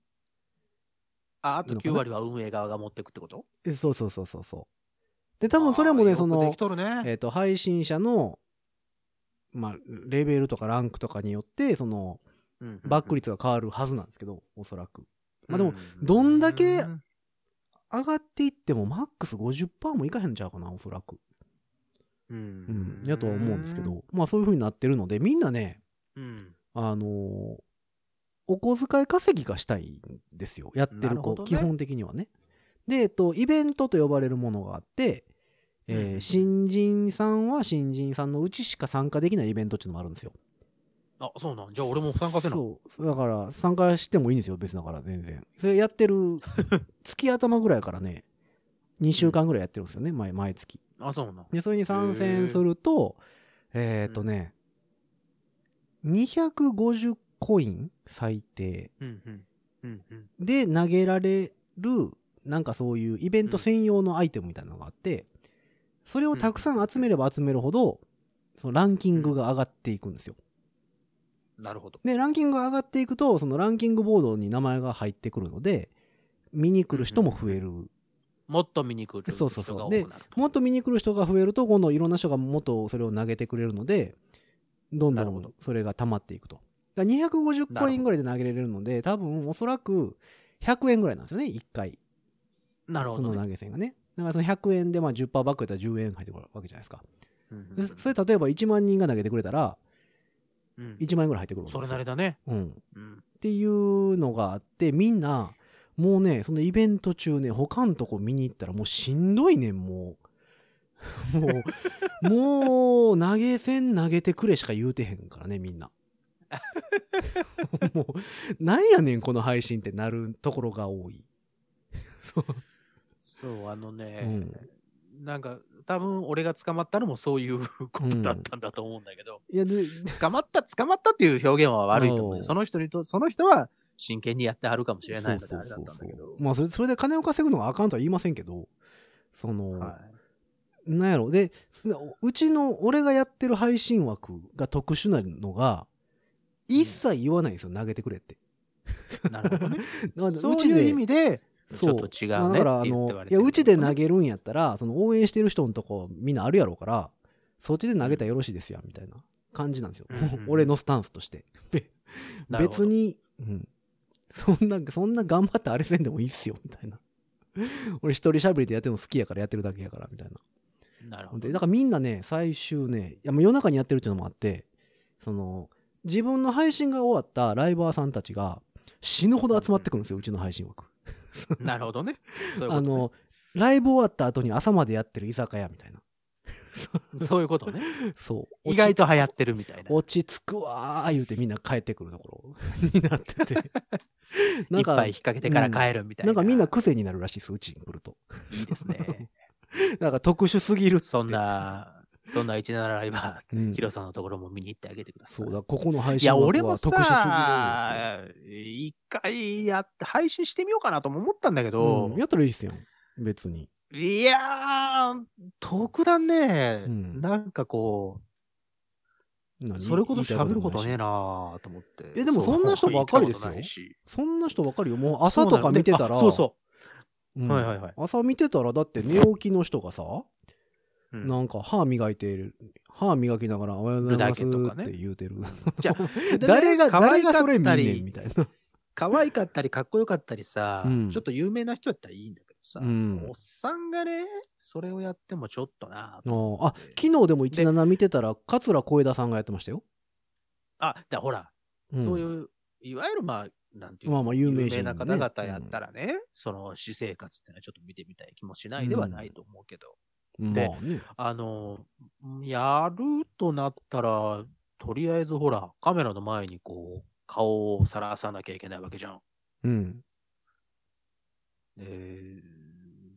ああと9割は運営側が持ってくってこと
えそうそうそうそうそう。で、多分それもね、
あー
そ
よくで
の
き、とるね
えっと配信者の、まあ、レベルとかランクとかによってその
うんうんうん
バック率が変わるはずなんですけどおそらくまあでも
う
どんだけ
うん
上がっていってもマックス50%もいかへんちゃうかなおそらくうんやとは思うんですけどまあそういう風になってるのでみんなね
うん
あのーお小遣い稼ぎがしたいんですよやって
なる
る
ほ
子
どね
基本的にはねで、えっと、イベントと呼ばれるものがあっ
う
て、
ん
えー新人さんは新人さんのうちしか参加できないイベントっていうのもあるんですよ
あそうなんじゃあ俺も参加せな
そうだから参加してもいいんですよ別だから全然それやっ てる月頭ぐらいからね2週間ぐらいやってるんですよね毎毎月
あそうなん
でそれに参戦するとえっ、とね、250コイン最低
うんうんうんうん
で投げられるなんかそういうイベント専用のアイテムみたいなのがあってそれをたくさん集めれば集めるほどそのランキングが上がっていくんですよ
なるほど
で、ランキングが上がっていくと、そのランキングボードに名前が入ってくるので、見に来る人も増える。
もっと見に来る
そうそうそう
人が多くなると
もっと見に来る人が増えると、今度いろんな人がもっとそれを投げてくれるので、どんど
なるほ
ん
ど
それが溜まっていくと。だから250コインぐらいで投げられるので、多分おそらく100円ぐらいなんですよね、1回。
なるほ
そ
ど
の
ね、
投げ銭がね。だからその100円でまあ10%バックやったら10円入ってくるわけじゃないですか。
うんうん
でそれ例えば1万人が投げてくれたら、
うん
1万円ぐらい入ってくるわけ
そ
で
れ
す
な
よ
りだね。
うん。
うん
っていうのがあって、みんな、もうね、そのイベント中ね、他のとこ見に行ったらもうしんどいねん、もう。 もう、もう、投げ銭投げてくれしか言うてへんからね、み んな。もう、なんやねん、この配信ってなるところが多い。
そう、あの
う
ね、
ん。
なんか、多分俺が捕まったのもそういうことだったんだと思うんだけど、
いや、で、
捕まった、捕まったっていう表現は悪いと思う
う
ね。
ん
その人にと、その人は真剣にやってはるかもしれないので
そ
あ
う
れ
そ
だ
う
っ
そ
た
うん
だ
そ
けど
う。。まあ、それ、それで金を稼ぐのがあかんとは言いませんけど、その、
はい
なんやろで、そのうちの俺がやってる配信枠が特殊なのが、一切言わないんですよ、投げてくれって。
なるほどね。
な
そう
ち
いう
で
意味で、ち
そ
ょっと違うね
だから、
っ
あ
て言って
の
割、れ
い
て
や、
る
うちで投げるんやったら、その応援してる人のとこみんなあるやろうから、そっちで投げたらよろしいですや、みたいな感じなんですよ。
うんうん
俺のスタンスとして。べ
なるほど
別に、うん。そんな、そんな頑張ってあれせんでもいいっすよ、みたいな。 俺一人喋りでやってるの好きやからやってるだけやから、みたいな。
なるほど
で。だからみんなね最終ねいやもう夜中にやってるっていうのもあってその自分の配信が終わったライバーさんたちが死ぬほど集まってくるんですようちの配信枠
なるほどね。そういう
あ
ことね
のライブ終わった後に朝までやってる居酒屋みたいな
そういうことね。
そ う
意外と
落ち
流行ってるみたいな。
落ち着くわー言うてみんな帰ってくるところになって て
いっぱい引っ掛けてから帰るみたいな。
なんかみんな癖になるらしいですうちに来ると
いいですね。
なんか特殊すぎるっつって
そんな、そんな17ライバ
う
ー、
ん
ヒロさんのところも見に行ってあげてくださ
そ
い。
うだここの配
い
信
や、
枠は
俺も
特殊すぎるって
さ、一回やって、配信してみようかなとも思ったんだけど
うん、やったらいいっすよ別に
いやー、特段ね、
うん
なんかこう、
何
それこそ喋ることねえ
言いたいもいし
なーと思って。
えでもそんな人ばっかりですよ
そう言いたことないし
そんな人ばっかりよもう朝とか見てたら
そうそうう。
ん
はいはいはい。
朝見てたらだって寝起きの人がさ、
うん
なんか歯磨いてる歯磨きながら「おはようございます」
ルダーケンとかね
って言うてる、
じゃあ
誰が
可愛
誰
か
が
ったり
それ見んねんみ たいな
可愛かったりかっこよかったりさ、
うん
ちょっと有名な人やったらいいんだけどさ、
うん
おっさんがね、それをやってもちょっとな
あ
と思
あ
って
昨日でも17見てたら桂小枝さんがやってましたよ、
あ、だほら、
ん
そういう、いわゆるまあ、なんていうの
まあまあ有名人ね
な方々やったらね、その私生活ってのはちょっと見てみたい気もしないではないと思うけど、
まあね
あの、やるとなったら、とりあえずほら、カメラの前にこう、顔をさらさなきゃいけないわけじゃん。
うん
で、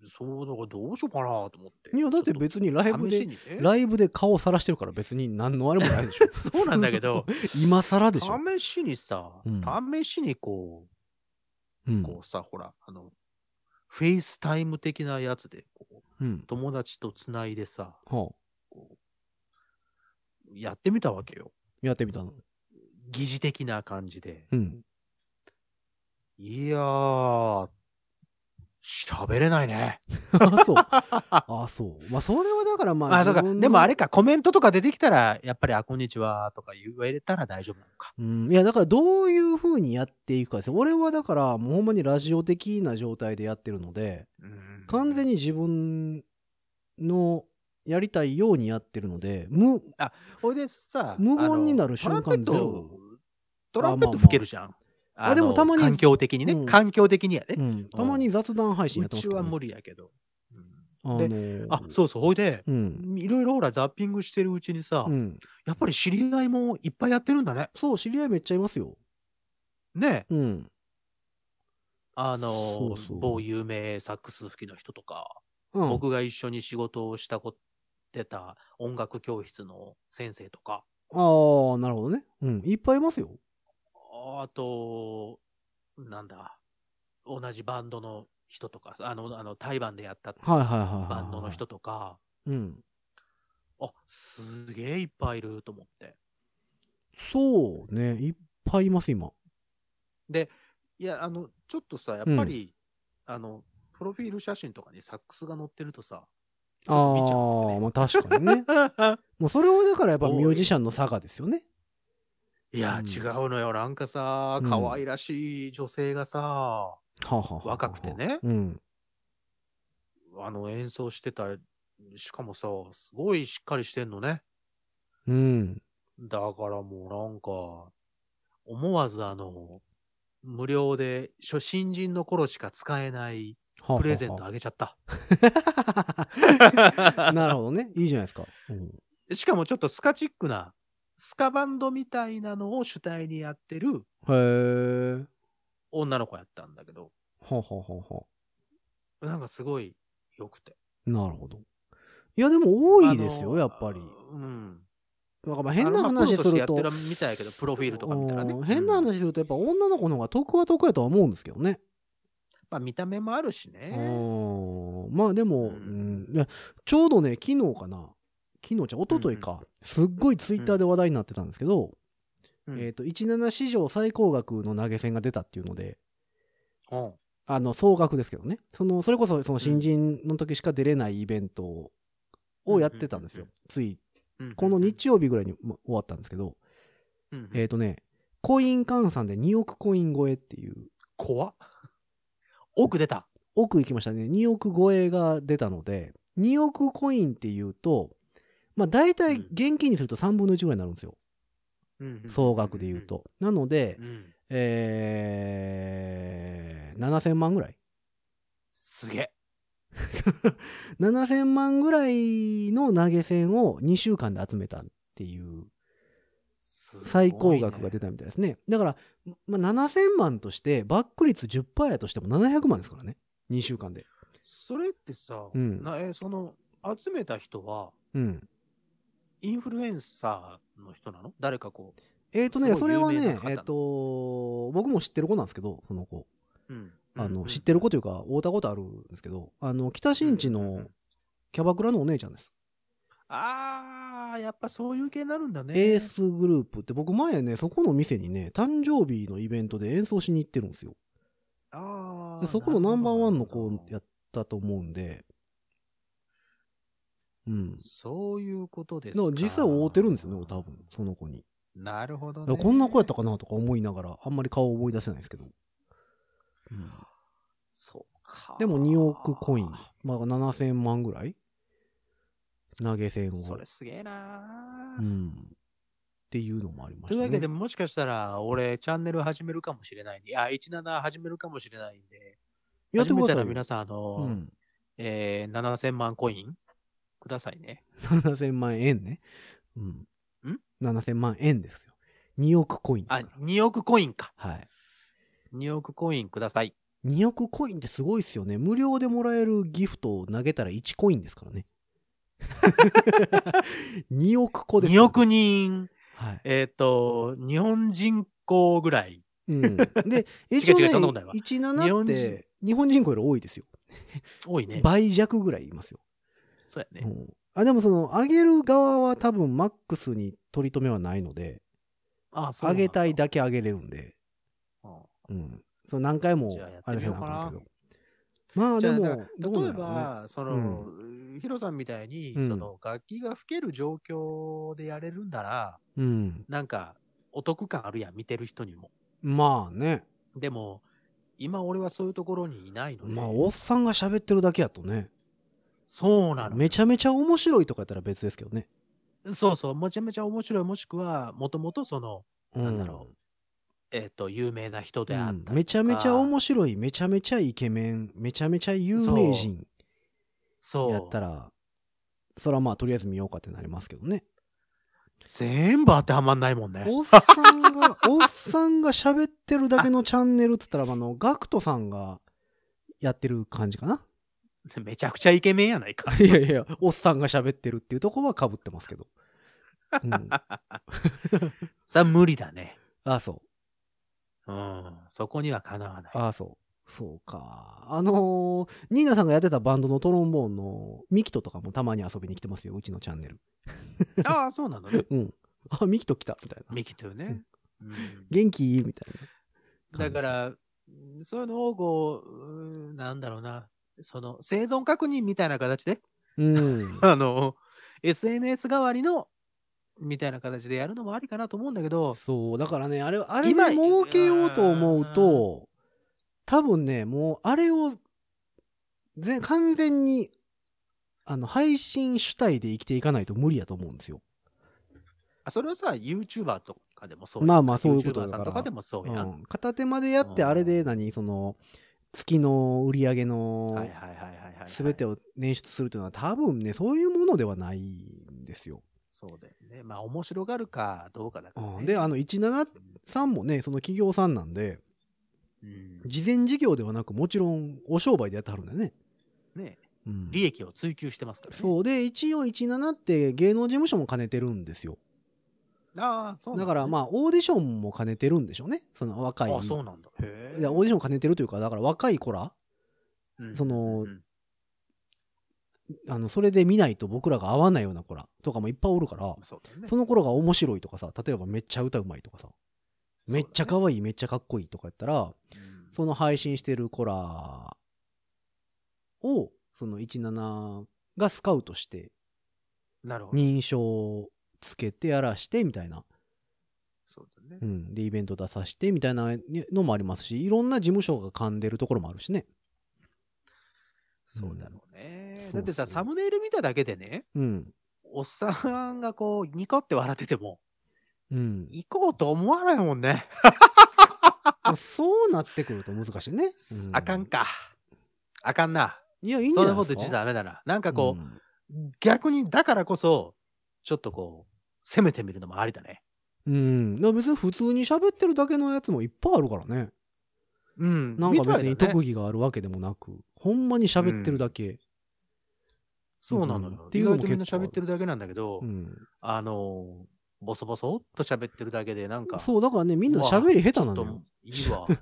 そう、だからどうしようかなと思って。
いやだっ
ちょ
て
っと
別にライブ
試し
で
にね
ライブで顔さらしてるから別に何のあれもないで しょ
そうなんだけ ど
今更でしょ、
試しにさ、
うん
試しにこ
うん
う、こうさ、ほら、あの、フェイスタイム的なやつで、こう
うん
友達とつないでさ、
はあ、
こうやってみたわけよ。
やってみたの
疑似的な感じで。
うん
いやー、喋れないね。
あ、そう。あ、そう。まあ、それはだからまあ、
あ、そうか。
自分の
でもあれか、コメントとか出てきたら、やっぱり、あ、こんにちはとか言われたら大丈夫なのか。
うん、いや、だからどういう風にやっていくかですよ俺はだから、もうほんまにラジオ的な状態でやってるので、完全
に。
に自分のやりたいようにやってるので、無、
ほいでさ、
無言になる
あの
瞬間
トラン
ゼ
ペッ
ロ
ト、トランペット吹けるじゃん。
ああでも
の
たまに
環境的にね、
うん
環境的にやね。
うん、たまに雑談配信
う
やってます
ち
けど
は
ね、
無理やけど。うん
あの
あ、そうそう、ほいで、
う。うん。
いろいろほら、ザッピングしてるうちにさ、
うん。
やっぱり知り合いもいっぱいやってるんだね。
そう、知り合いめっちゃいますよ。
ね。
うん。
あのー
そうそう
某有名サックス吹きの人とか、
うん、
僕が一緒に仕事をしたこってた音楽教室の先生とか、
ああ、なるほどね。うん。いっぱいいますよ。
あと、なんだ、同じバンドの人とか、あの、あの、台湾でやった
はいはいはいはいはい。
バンドの人とか、
うん。
あ、すげえいっぱいいると思って。
そうね、いっぱいいます、今。
いや、あの、ちょっとさ、やっぱり、あの、プロフィール写真とかにサックスが載ってると さ、ち
あ
ょっと見ちゃうんだ
あ、
よね
まあ確かに ね。もうそれをだからやっぱミュージシャンの差がですよね。
いや、
うん
違うのよ。なんかさ
う、ん
可愛らしい女性がさ、
はあはあはあ
若くて。ね。
うん。
あの、演奏してた、しかもさ、すごいしっかりしてんのね。
うん。
だからもうなんか、思わずあの、無料で初新人の頃しか使えない
はあはあはあ
プレゼントあげちゃ った。
なるほどね。いいじゃないですか。うん。
しかもちょっとスカチックな、スカバンドみたいなのを主体にやってる
へえ。
女の子やったんだけど、
はあはあはあは
なんかすごい良くて。
あなるほど。いや、でも多いです
あの
よ、やっぱり。
うん。
なんかまあ変な
あのまあプ
話
ロ
す
として
ると。
やってるみたいやけど、プロフィールとか見たらね
う。ん変な
うん
話すると、やっぱ女の子の方が得は得やとは思うんですけどね。
まあ見た目もあるしね。
うんまあでも、
う
うんいやちょうどね、昨日かな。昨日じゃ、一昨日か、すっごいツイッターで話題になってたんですけど、
うん
えっ、と、17史上最高額の投げ銭が出たっていうので、
うん
あの、総額ですけどね。その、それこそ、その新人の時しか出れないイベントをやってたんです
う
よ
んうん。
つい、
うん
この日曜日ぐらいにま終わったんですけど、
うん
えっ、とね、コイン換算で2億コイン超えっていう、
怖っ。奥出た。
奥行きましたね。2億超えが出たので、2億コインっていうと、まあ大体
うん
現金にすると3分の1ぐらいになるんですよ。総額で言うと。なので
う、ん。
えー、7000万ぐらい
すげえ。
7000万ぐらいの投げ銭を2週間で集めたっていう
すごいね
最高額が出たみたいですね。だから、まあ、7000万としてバック率10%やとしても700万ですからね。2週間で。
それってさ、
うん
なえその、集めた人は、
うん。
インフルエンサーの人なの誰かこ
えっ、と
す
ね、そ
ごい
れ
有
は
名な
ね
方、
えっ、と、僕も知ってる子なんですけど、その子。
う、うん
あの、
うん
知ってる子というか、会うたことあるんですけど、あの、北新地
うんうんう
の
ん
キャバクラのお姉ちゃんです。
あー、やっぱそういう系になるんだね。
エースグループって、僕前ね、そこの店にね、誕生日のイベントで演奏しに行ってるんですよ。
あー
でそこのナンバーワンの子
なるほど
やったと思うんで、うん。
そういうことで
だ
す
か
から
実際会うてるんですよね、多分、その子に。
なるほど、
いや
ね。
こんな子やったかなとか思いながら、あんまり顔を思い出せないですけど。うん
そうか。
でも2億コイン、まあ7000万ぐらい投げ銭を。
それすげえなー、
うん。っていうのもありまし
と
た
いう
ね。
わけで、もしかしたら、俺、チャンネル始めるかもしれない。いや、17始めるかもしれないんで。
やってく
始め
ださ
た
い
ら
よ。
皆さん、あの、
うん。
えー、7000万コインくださいね。
7000万円ね。うん。
ん
?7000 万円ですよ。2億コインです
あ
か、
2億コインか。
ら。はい。
2億コインください。
2億コインってすごいっすよね。無料でもらえるギフトを投げたら1コインで すからね。2億個です、
2億。人、
はい。
えっ、と、日本人口ぐらい。
うん。で、
違う違う
一
そ
応
んな
ね
ことないわ日
17っ
本
て
人
日本人口より多いですよ。
多いね。
倍弱ぐらいいますよ。
そうや
う
ね。
んあ、でもその、上げる側は多分マックスに取り留めはないので、
あ、そうな
上
んだ
げたい。だけ上げれるんで、
うん
うん。そう何回も
じゃあやっ、
あ
て
れ
み
せ
よ
な
う
あ
か
か
なん
けど。まあ
じ
で
ゃあ
も、どう
例
な
え
んだろうね。
ば、その、ヒロさんみたいに、
うん
その、楽器が吹ける状況でやれるんなら、
うん。
なんか、お得感あるやん、見てる人にも。
まあね。
でも、今俺はそういうところにいないので、
まあ、おっさんが喋ってるだけやとね。
そうなの。
めちゃめちゃ面白いとかやったら別ですけどね。
そうそう、めちゃめちゃ面白い、もしくは、もともとその、
うん
なんだろう、えっ、と、有名な人であった
う
り
ん
とか、
めちゃめちゃ面白い、めちゃめちゃイケメン、めちゃめちゃ有名人
そう
やったら、それはまあとりあえず見ようかってなりますけどね。
全部当てはまんないもんね。
おっさんが、 おっさんが喋ってるだけのチャンネルって言ったら、あの、ガクトさんがやってる感じかな。
めちゃくちゃイケメンやないか。
いやいやいや、おっさんが喋ってるっていうところは被ってますけど。 うん、
さあ、無理だね。
あ、そう。
うん。そこにはかなわない。
ああ、そう。そうか。あのーニーナさんがやってたバンドのトロンボーンのミキトとかもたまに遊びに来てますよ、うちのチャンネル。
ああ、そうなのね。
うん。あ、ミキト来た、みたいな。
ミキとね。うん
元気みた
だ
い
から、そういうのをこう、うんなんだろうな、その生存確認みたいな形で、
な。うん。
あの、SNS 代わりの、みたいな形でやるのもありかなと思うんだけど、
そう、だからね、あれ、あれ
今
で儲けようと思うと、多分ね、もう、あれを、ぜ完全に、あの、配信主体で生きていかないと無理やと思うんですよ。
あそれはさ、YouTuber とかでもそうやん
まあまあそういうこと
YouTuber
だ
さ
から
んとかでもそうやん。
うん片手までやって、
うん
あれで何、その、月の売り上げ
はい
の
はいはいはいはい。
全て
を。
を捻出するというのは多分ね、そういうものではないんですよ。
そうだよね。まあ面白がるかどうかだから、
う
ね。
んで、あの、17さんもね、その企業さんなんで、
うん、
事前事業ではなく、もちろん、お商売でやってはるんだよね。
ね
うん、
利益を追求してますからね。
そう。で、1417って芸能事務所も兼ねてるんですよ。
ああ、そうな
だ
ん
から、まあ、オーディションも兼ねてるんでしょうね。その若い。
ああ、そうなんだ。へえ。
いや、オーディション兼ねてるというか、だから若い子ら、
うん
そ
う
の
ん
あの、それで見ないと僕らが合わないような子らとかもいっぱいおるから、
そうだよね
その頃が面白いとかさ、例えばめっちゃ歌うまいとかさ、めっちゃ可
そう
愛い、めっちゃかっこいいとかやったら、
だねうん
その配信してる子らを、その17がスカウトして、
なるほど。
認証をつけてやらして、みたいな。
そうだね
う。ん。で、イベント出さして、みたいなのもありますし、いろんな事務所が噛んでるところもあるしね。
そうだろうね
そう。
だってさ、
そう
サムネイル見ただけでね、
うん。
おっさんがこう、ニコって笑ってても、
うん。
行こうと思わないもんね。
まあそうなってくると難しいね。う
あかん。か。あかんな。
いや、いいんじ
そ
ゃ
んな
な
い
で
こ
す
と
か
言っちゃダメだな。なんかこ
うん
う、逆に、だからこそ、ちょっとこう、攻めてみるのもありだね。
うん。だから別に普通に喋ってるだけのやつもいっぱいあるからね。
うん。
なんか別に
みたいだね
特技があるわけでもなく、ほんまに喋ってるだけ。
そうなの
うん
よ。
ってい
意
うのも
外とみんな
結構ある
喋ってるだけなんだけど、
うん。
あのー、ボソボソっと喋ってるだけで、なんか、
そう、だからね、みんな喋り下手なの
ちょっ
よ
と。いいわ。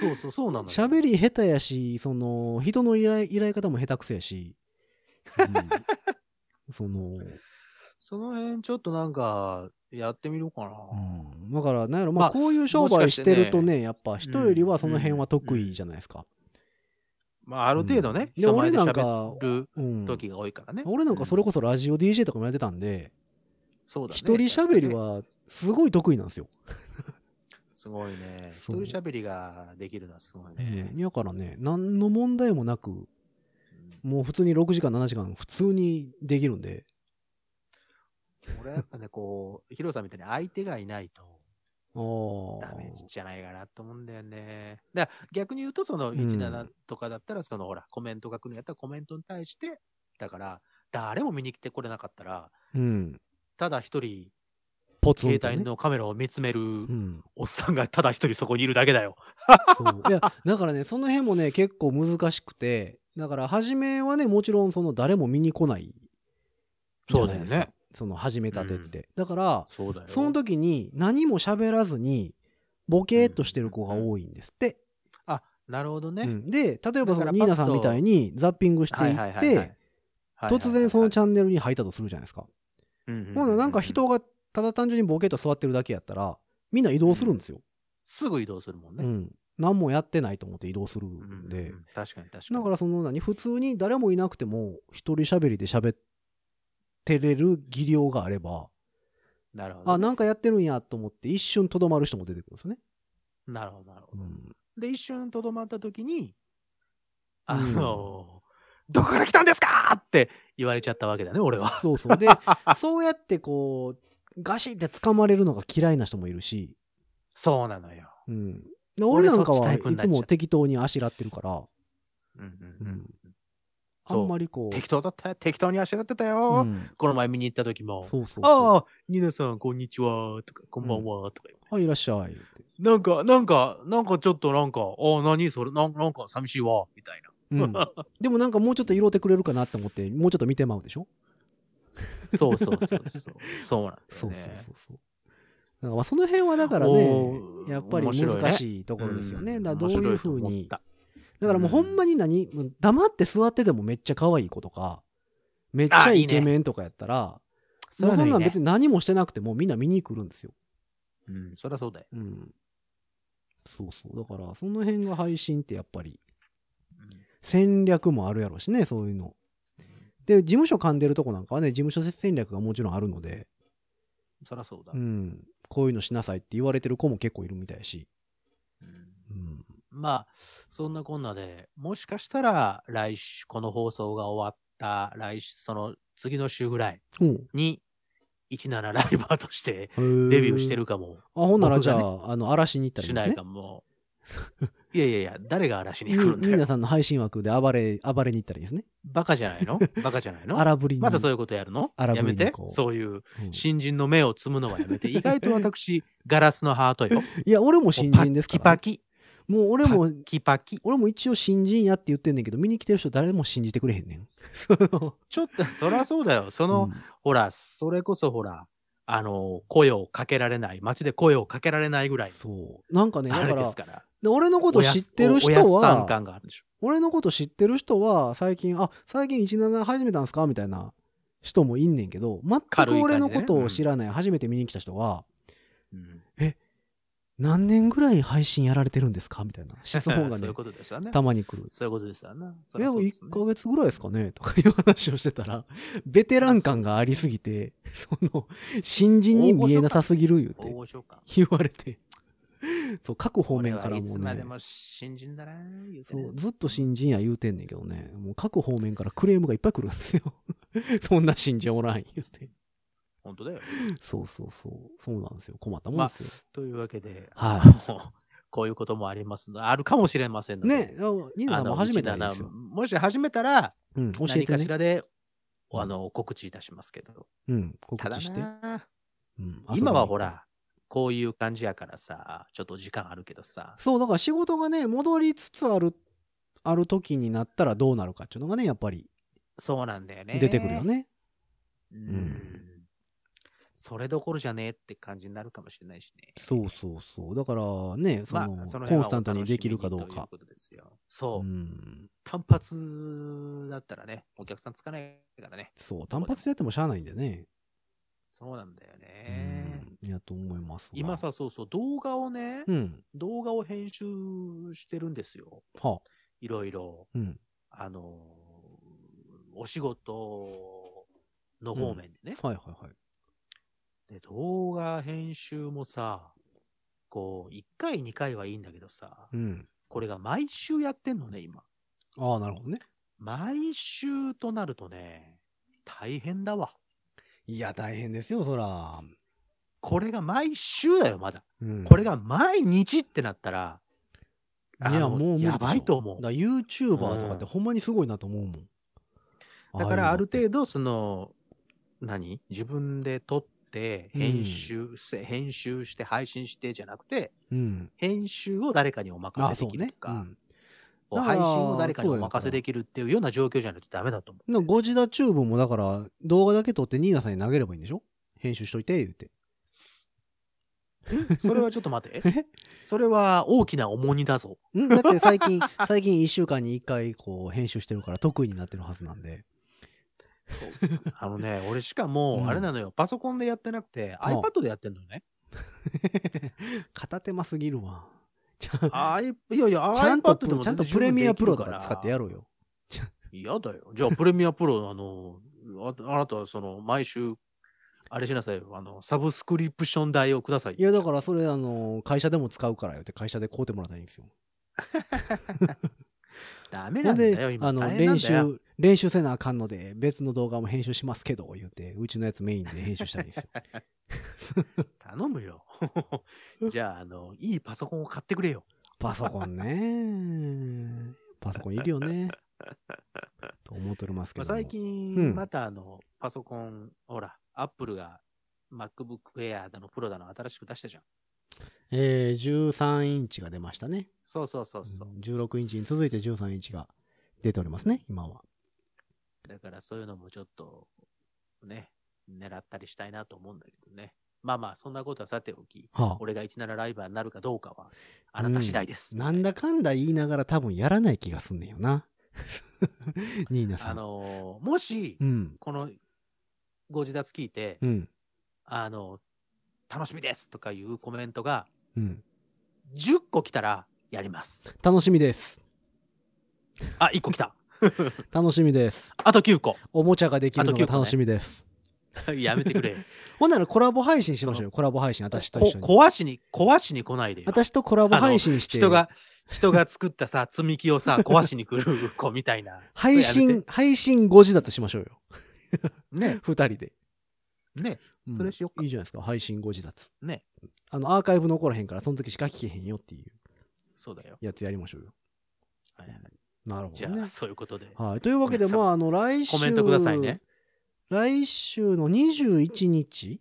そうそう、そうなのよ。
喋り下手やし、その、人の依頼依頼方も下手くそやし。 うんその、
その辺、ちょっとなんか、やってみようかな。
うんだから、なんやろ、ま
ま
あ、
あ
こういう商売してると
もしかして
ね、やっぱ人よりはその辺は得意じゃないですか。
まあ、ある程度ね、
うん
人前
で俺
で
なんか
喋る
うん。
時が多いからね。
俺なんかそれこそラジオ DJ とかもやってたんで、
そうだね。
一人喋りはすごい得意なんですよ。
すごいね。一
そう
人喋りができるのはすごいね。
だからね、何の問題もなく、もう普通に6時間、7時間、普通にできるんで。
うん俺はやっぱね、こう、ヒロさんみたいに相手がいないと
ああ
ダメじゃないかなと思うんだよね。だから逆に言うと、その
うん
17とかだったら、そのほら、コメントが来るんやったらコメントに対して、だから、誰も見に来てこれなかったら、
うん。
ただ一人、
ポツンと、ね。
携帯のカメラを見つめる
うん。
おっさんがただ一人そこにいるだけだよ。
そう。いや、だからね、その辺もね、結構難しくて、だから初めはね、もちろんその誰も見に来ないじゃないですか。
そうだよね。
その始めたてって。だから、
そうだよ。
その時に何も喋らずに、ボケーっとしてる子が多いんですって。
なるほどね。
うんで、例えばそ
だから
のニーナさんみたいにザッピングしていって、突然そのチ
ャ
ャンネルに入ったとするじゃないですか。
ン
ほんならなんか人がただ単純にボケと座ってるだけやったら、みんな移動するんですよ。
すぐ移動するもん
う
ね。
ん。何もやってないと思って移動する
うんうんうん
んで。
確かに確かに。
だからその何、普通に誰もいなくても、一人喋りで喋ってれる技量があれば、
なるほど。
あ、なんかやってるんやと思って一瞬とどまる人も出てくるんですよね。
なるほど、なるほ
う
ど。
ん。
で、一瞬とどまった時に、あ
うん
の、どこから来たんですかって言われちゃったわけだね、俺は。
そうそう。で、そうやってこう、ガシって掴まれるのが嫌いな人もいるし、
そうなのよ。
うん。で俺なんか
俺そっちタ
は
イプに
い
なっちゃう
つも適当にあしらってるから、
うん
う
うんうんん。
あ
そうん
まりこう。
適当だったよ適当にあしらってた
う
よ。
ん
この前見に行った時も。
そうそうそう。
ああ、ニーナさん、こんにちは、とか、こんばんは、とか言って
あ、いらっしゃいって。
なんか、なんか、なんかちょっとなんか、ああ、何それ、なんなんか寂しいわ、みたいな。
うん、でもなんかもうちょっと色ってくれるかなって思って、もうちょっと見てまうでしょ
そうそうそう そう。そうなんだよね。
そうそうそうそう。だからまあその辺はだからね、
おー
やっぱり
面白いね
難しいところですよね。
ん
だからどういうふう
面白
に。
と思った
だからもうほんまに何、もう黙って座っててもめっちゃ可愛い子とか、めっちゃイケメンとかやったら、
そ
もうそん
ん
な
なんん別
別
に。
に何もしてなくてもみんな見に来るんですよ。
うん、そりゃそうだよ。
うん。そうそう。だからその辺が配信ってやっぱり戦略もあるやろうしね、そういうの。で、事務所噛んでるとこなんかはね、事務所戦略がもちろんあるので、
そりゃそうだ。
うん、こういうのしなさいって言われてる子も結構いるみたいやし、
うん
うん、
まあ、そんなこんなで、もしかしたら来週、この放送が終わった来週、その次の週ぐらい
うん
に、17ライバーとして
デ
デビューして。るかも、
あ、ほんならじゃ
僕
あ、あの、嵐に行ったらい
し
いんで
な
す
い
ね
か。も。いやいやいや、誰が嵐に来るんだ
みみ
よ
な。さんの配信枠で 暴れ、暴れに行ったらいいんですね。
バカじゃないのバカじゃないの
荒ぶりに。
またそう
う
いうことやるの
荒ぶ
や
り
め
に
て
こ。う
そういう
うん。
新人の目をつむのはやめて。意外と私、ガラスのハートよ。
いや、俺も新人ですか
キ
ら
パ
ね。
キ、
もう俺も
パ、キパ キ。
俺も一応新人やって言ってんねんけど、見に来てる人誰も信じてくれへんねん。
ちょっと、そりゃそうだよ。その、
うん
ほら、それこそほら、あの、声をかけられない。街で声をかけられないぐらい。
そう。なんかね、だ
あ
か
れ
ら
です、から。
で俺のこと知ってる人
おやっさん
は、
感があるでしょ。
俺のこと知ってる人は、最近、あ、最近17始めたんですかみたいな人もいんねんけど、全く俺のことを知らない、初めて見に来た人は、
うん
何年ぐらい配信やられてるんですかみたいな質問が
そうい
ね
う、ことですよね。
たまに来る。
そういうことですよね。そ
い
りゃ
や、
そうですね
1ヶ月ぐらいですかねとかいう話をしてたら、 ベテラン感がありすぎ て、その、新人に見えなさすぎる言う
大
て、
御所感。
言われて、そう、各方面か
俺は
ら
い
も
つまで
ね、
も新人だな、言うて
そ
ね
うずっと新人や言うてんねんけどね、もう各方面からクレームがいっぱい来るんですよ。 そんな新人おらん言うて。
本当だよ。
そうそうそう、そうなんですよ。困ったもんですよ。
というわけで、
はい
あのこういうこともありますのあるかもしれませんので。
ねえ、あのニーナ
あ
さん
の、
も初めてなんです
う
よ
ち。なもし始めたら、
うん、教え
何
て
かし
ね。
らで、あの、告知いたしますけど。
うん、
た
告
だ
知して。
な、
うん
今はほ。ら、こういう感じやからさ、ちょっと時間あるけどさ、
そう、だから仕事がね、戻りつつある、ある時になったらどうなるかっていうのがね、やっぱり
そうなんだよね。
出てくるよ。ね。
うん。それどころじゃねえって感じになるかもしれないしね。
そうそうそう。だからね、その、
まあ、その辺
コ
は
ンスタントにできるかど
お
う
楽しみに
か
とい。ことですよそうう。
ん。
単発だったらね、お客さんつかないからね。
そう、単発でやってもしゃあないんでね。
そうなんだよね。
うん。やと思いますわ。
今さ、そうそう、動画をね、
うん。
動画を編集してるんですよ。
はあ。
いろいろ。
うん。
あのーお仕事の方面でね、
はいはいはい。
で。動画編集もさ、こう、1回、2回はいいんだけどさ、
うん。
これが毎週やってんのね、今。
ああ、なるほどね。
毎週となるとね、大変だわ。
いや、大変ですよ、そら。
これが毎週だよ、まだ。
うん
これが毎日ってなったら、
いや、
あの
もう無理でしょ
やばいと思う
だから YouTuber とかってほんまにすごいなと思うもん。
だからある
度。
程度、その、何自分で撮って、編集せ、編集して、配信してじゃなくて、
うん。
編集を誰かにお任
あ、
せ
そ
で
う
きる
ね
と。
う
か、
ん。
こう
だから
配信を誰かにお
そうよだか
任
ら
せできるっていうような状況じゃないとダメだと思う。
なゴジラチューブもだから動画だけ撮ってニーナさんに投げればいいんでしょ編集しといて、言って。
それはちょっと待って。
え
それは大きな重荷だぞ。
んだって 最近、最近1週間に1回こう編集してるから得意になってるはずなんで。
あのね、俺しかも
う、ん
あれなのよ、パソコンでやってなくて、
あ
iPad でやってんのね。
片手間すぎるわ。ちゃん
あいいやいや、
ちゃんと
iPad でも
ちゃんとプレミアプロとか使ってや
る。
ろうよ。
嫌だよ。じゃあ、プレミアプロ、あ の、ああなたはその、毎週、あれしなさいよ、あの、サブスクリプション代をください。
いや、だからそれあの、会社でも使うからよって会社で買うてもらったらいいんですよ。
ダメ
ほ
なんんだよ、
で、
今。
あの、
大変なん
練
だよ。
習、練習せなあかんので、別の動画も編集しますけど、言うて、うちのやつメインで編集したらいいです よ。
頼むよ。 じゃあ、あの、いいパソコンを買ってくれよ。
パソコンね。パソコンいるよね。と思っとりますけ
まあ、
ども。
最
う
近、
ん
またあの、パソコン、ほら、Apple が MacBook Air だの、プロだの、新しく出したじゃん。
えー、13インチが出ましたね。
そうそうそうそう。
うん16インチに続いて13インチが出ておりますね、今は。
だからそういうのもちょっと、ね、狙ったりしたいなと思うんだけどね。まあまあ、そんなことはさておき、
は
俺が17ライバーになるかどうかは、あなた次第です。
あ、なんだかんだ言いながら多分やらない気がすんねんよな。ニーナさん。
あのーもし、
うん。
この、ご自立聞いて、
うん。
あの楽しみですとかいうコメントが、
うん。
10個来たら、やります。
楽しみです。
あ、1個来た。
楽しみです。
あと9個。
おもちゃができるのが楽しみです。
やめてくれ。
ほんならコラボ配信しましょうよ、コラボ配信、私と
こ
一緒に。
壊しに、壊しに来ないでよ。
私とコラボ配信して、
人が、人が作ったさ、積み木をさ、壊しに来る子みたいな。
配
それや
信、配信5時だとしましょうよ。
めて。
二人で。
ね。ね。
うん
それしよっか
いいじゃないですか、配信5時だつ。
ね。
あの、アーカイブ残らへんから、その時しか聞けへんよっていう
そうだよ。
やつやりましょうよ。
はいはい
なるほ
じ
ど
ゃ
ね
あ、。そういうことで。
はい。というわけで、
皆様
まあ、あの、来週、
コメントくださいね。
来週の21日、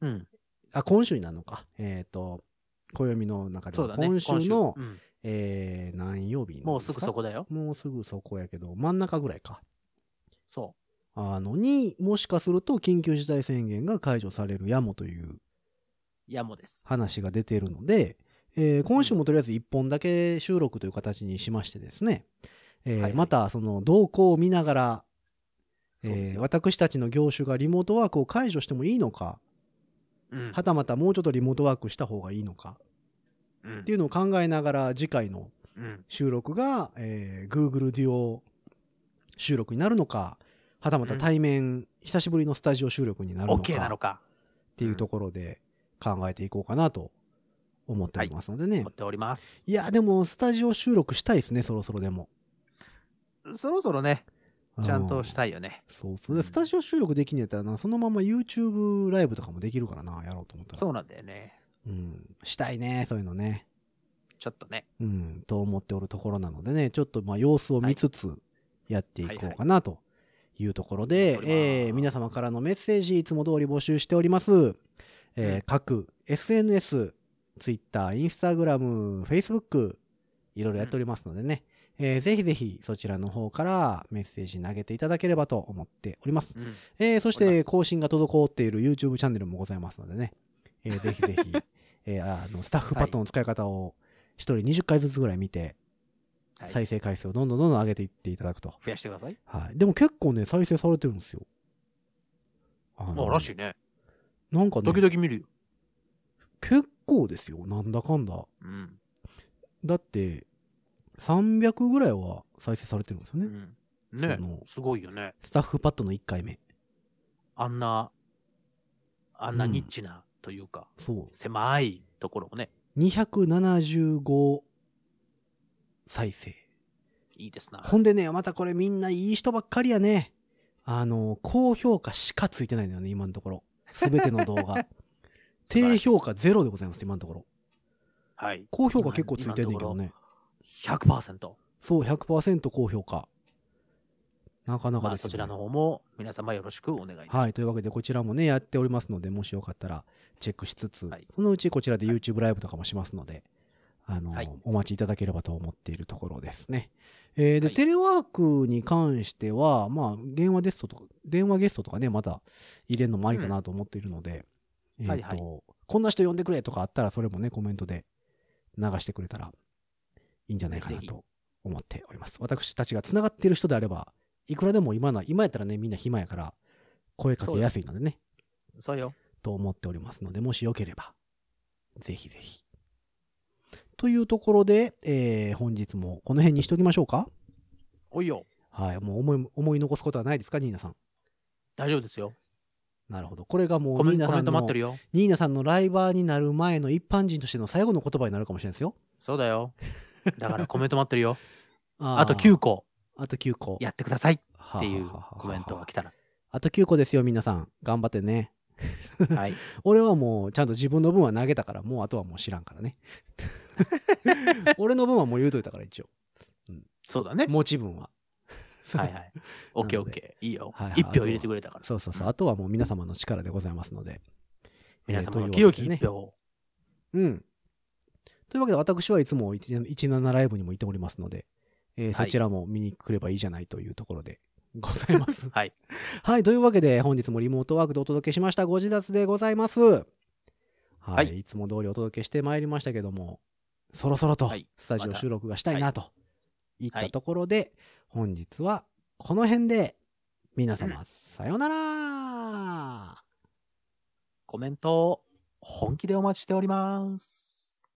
うん。
あ、今週になるのか。えっ、と、暦の中で
そ
は
うだね。
今週の、
うん
えー、何曜日になるん
もう
ですか
ぐそこだよ。
もうすぐそこやけど、真ん中ぐらいか。
そ
あの、に、もしかすると緊急事態宣言が解除されるやもという
う。やもです。
話が出ているので、えー今週もとりあえず1本だけ収録という形にしましてですね、えー
はいはい
またその動向を見ながら、え
そうです
ー
よ
私たちの業種がリモートワークを解除してもいいのか、
うん
はたまたもうちょっとリモートワークした方がいいのか
うん
っていうのを考えながら次回の
うん。
収録が、えー Google デュオ収録になるのか、はたまた対面、久しぶりのスタジオ収録になるの
OK な
か
のか。
っていうところで考えていこうかなと思っておりますのでね。
思っております。
いや、でも、スタジオ収録したいですね、そろそろでも。。
そろそろね、ちゃんとしたたいよね。
そうそう。でスタジオ収録できんのやったらな、そのまま YouTube ライブとかもできるからな、やろうと思ったら。
そうなんだよね。
うん。したいね、そういうのね。
ちょっとね。
うん。と思っておるところなのでね、ちょっとまあ様子を見つつやっていこうかなというところ
はい
で、
はい
えー皆様からのメッセージいつも通り募集しております。えー
うん
各 SNS、Twitter、Instagram、Facebook、いろいろやっておりますのでね、えーぜひぜひそちらの方からメッセージ投げていただければと思っております。
うん
えーそし
おり
て
ます
更新が滞っている YouTube チャンネルもございますのでね、え ーぜひぜひ、えーあのスタッフパッドの使い方を1人20回ずつぐらい見て、
はい
再生回数をどんどんどんどん上げていっていただくと。
増やしてください。
はい。でも結構ね、再生されてるんですよ。あ
あ
の
らしいね。
なんかね
時、々見るよ。
結構ですよ。なんだかんだ。
うん。
だって、300ぐらいは再生されてるんですよ
う
ね。
んね
その
すごいよね。
スタッフパッドの1回目。
あんな、あんな
うん
ニッチなというか、
そ
狭いところもね、
う。275再生。
いいですな。
ほんでね、またこれみんないい人ばっかりやね。あの、高評価しかついてないのよね、今のところ。すべての動画。
素晴ら
低
しい
評価ゼロでございます、今のところ。
はい。
高評価結構ついてんねんけどね。
100%。
そう、100%高評価。なかなか
ま
で
あ、
すよ
そ
ね
ちらの方も皆様よろしくお願いいたします。
はい。というわけで、こちらもね、やっておりますので、もしよかったら、チェックしつつ、
はい
そのうちこちらで YouTube ライブとかもしますので、あの、
はい
お待ちいただければと思っているところですね。えーで、
はい
テレワークに関しては、まあ、電話ゲストとか、電話ゲストとかね、また入れるのもありかなと思っているので、えーと、
はいはい
こんな人呼んでくれとかあったら、それもね、コメントで流してくれたらいいんじゃないかな
ぜひぜ
と思っております。私たちが繋がっている人であれば、いくらでも今のは、今やったらね、みんな暇やから、声かけやすいのでね、
そうよ。
と思っておりますので、もしよければ、ぜひぜひ。というところで、えー本日もこの辺にしときましょうか。
おいよ。
はい、もう思い、思い残すことはないですか、ニーナさん。
大丈夫ですよ。
なるほど。これがもう
コ
ニ
メ
ー
ン
ナ
コメン
さん
ト待
の
って、るよ。
ニーナさんのライバーになる前の一般人としての最後の言葉になるかもしれないですよ。
そうだ よ。だからコメント待ってるよ。
あー
あと9個
あと9個。
やってくださいっ
はあはあはあはあ、
ていうコメントが来 たら。
あと9個ですよ、皆さん。頑張ってね。
はい。
俺はもう、ちゃんと自分の分は投げたから、もうあとはもう知らんか らね。俺の分はもう言うといたから、一応。
そうだね。
持ち分は。
はいはい。オッケーオッケー。いいよ
はいは。い
一票入れてくれたから。
そうそうそう。あとはもう皆様の力でございますので。
皆様の
えー
清き一。
というわ
票を。
けでねうん。というわけで、私はいつも17ライブにも行っておりますので、えー
はい
そちらも見に来ればいいじゃないというところでございま す。
はい。
はい。というわけで、本日もリモートワークでお届けしました。ご自立でございます。はい。、
はい
つも通りお届けしてまいりましたけども、そろそろと
はい
スタジオ
また
収録がしたいなといったところで、本日はこの辺で、皆様、さよなら
コメントを本気でお待ちしております。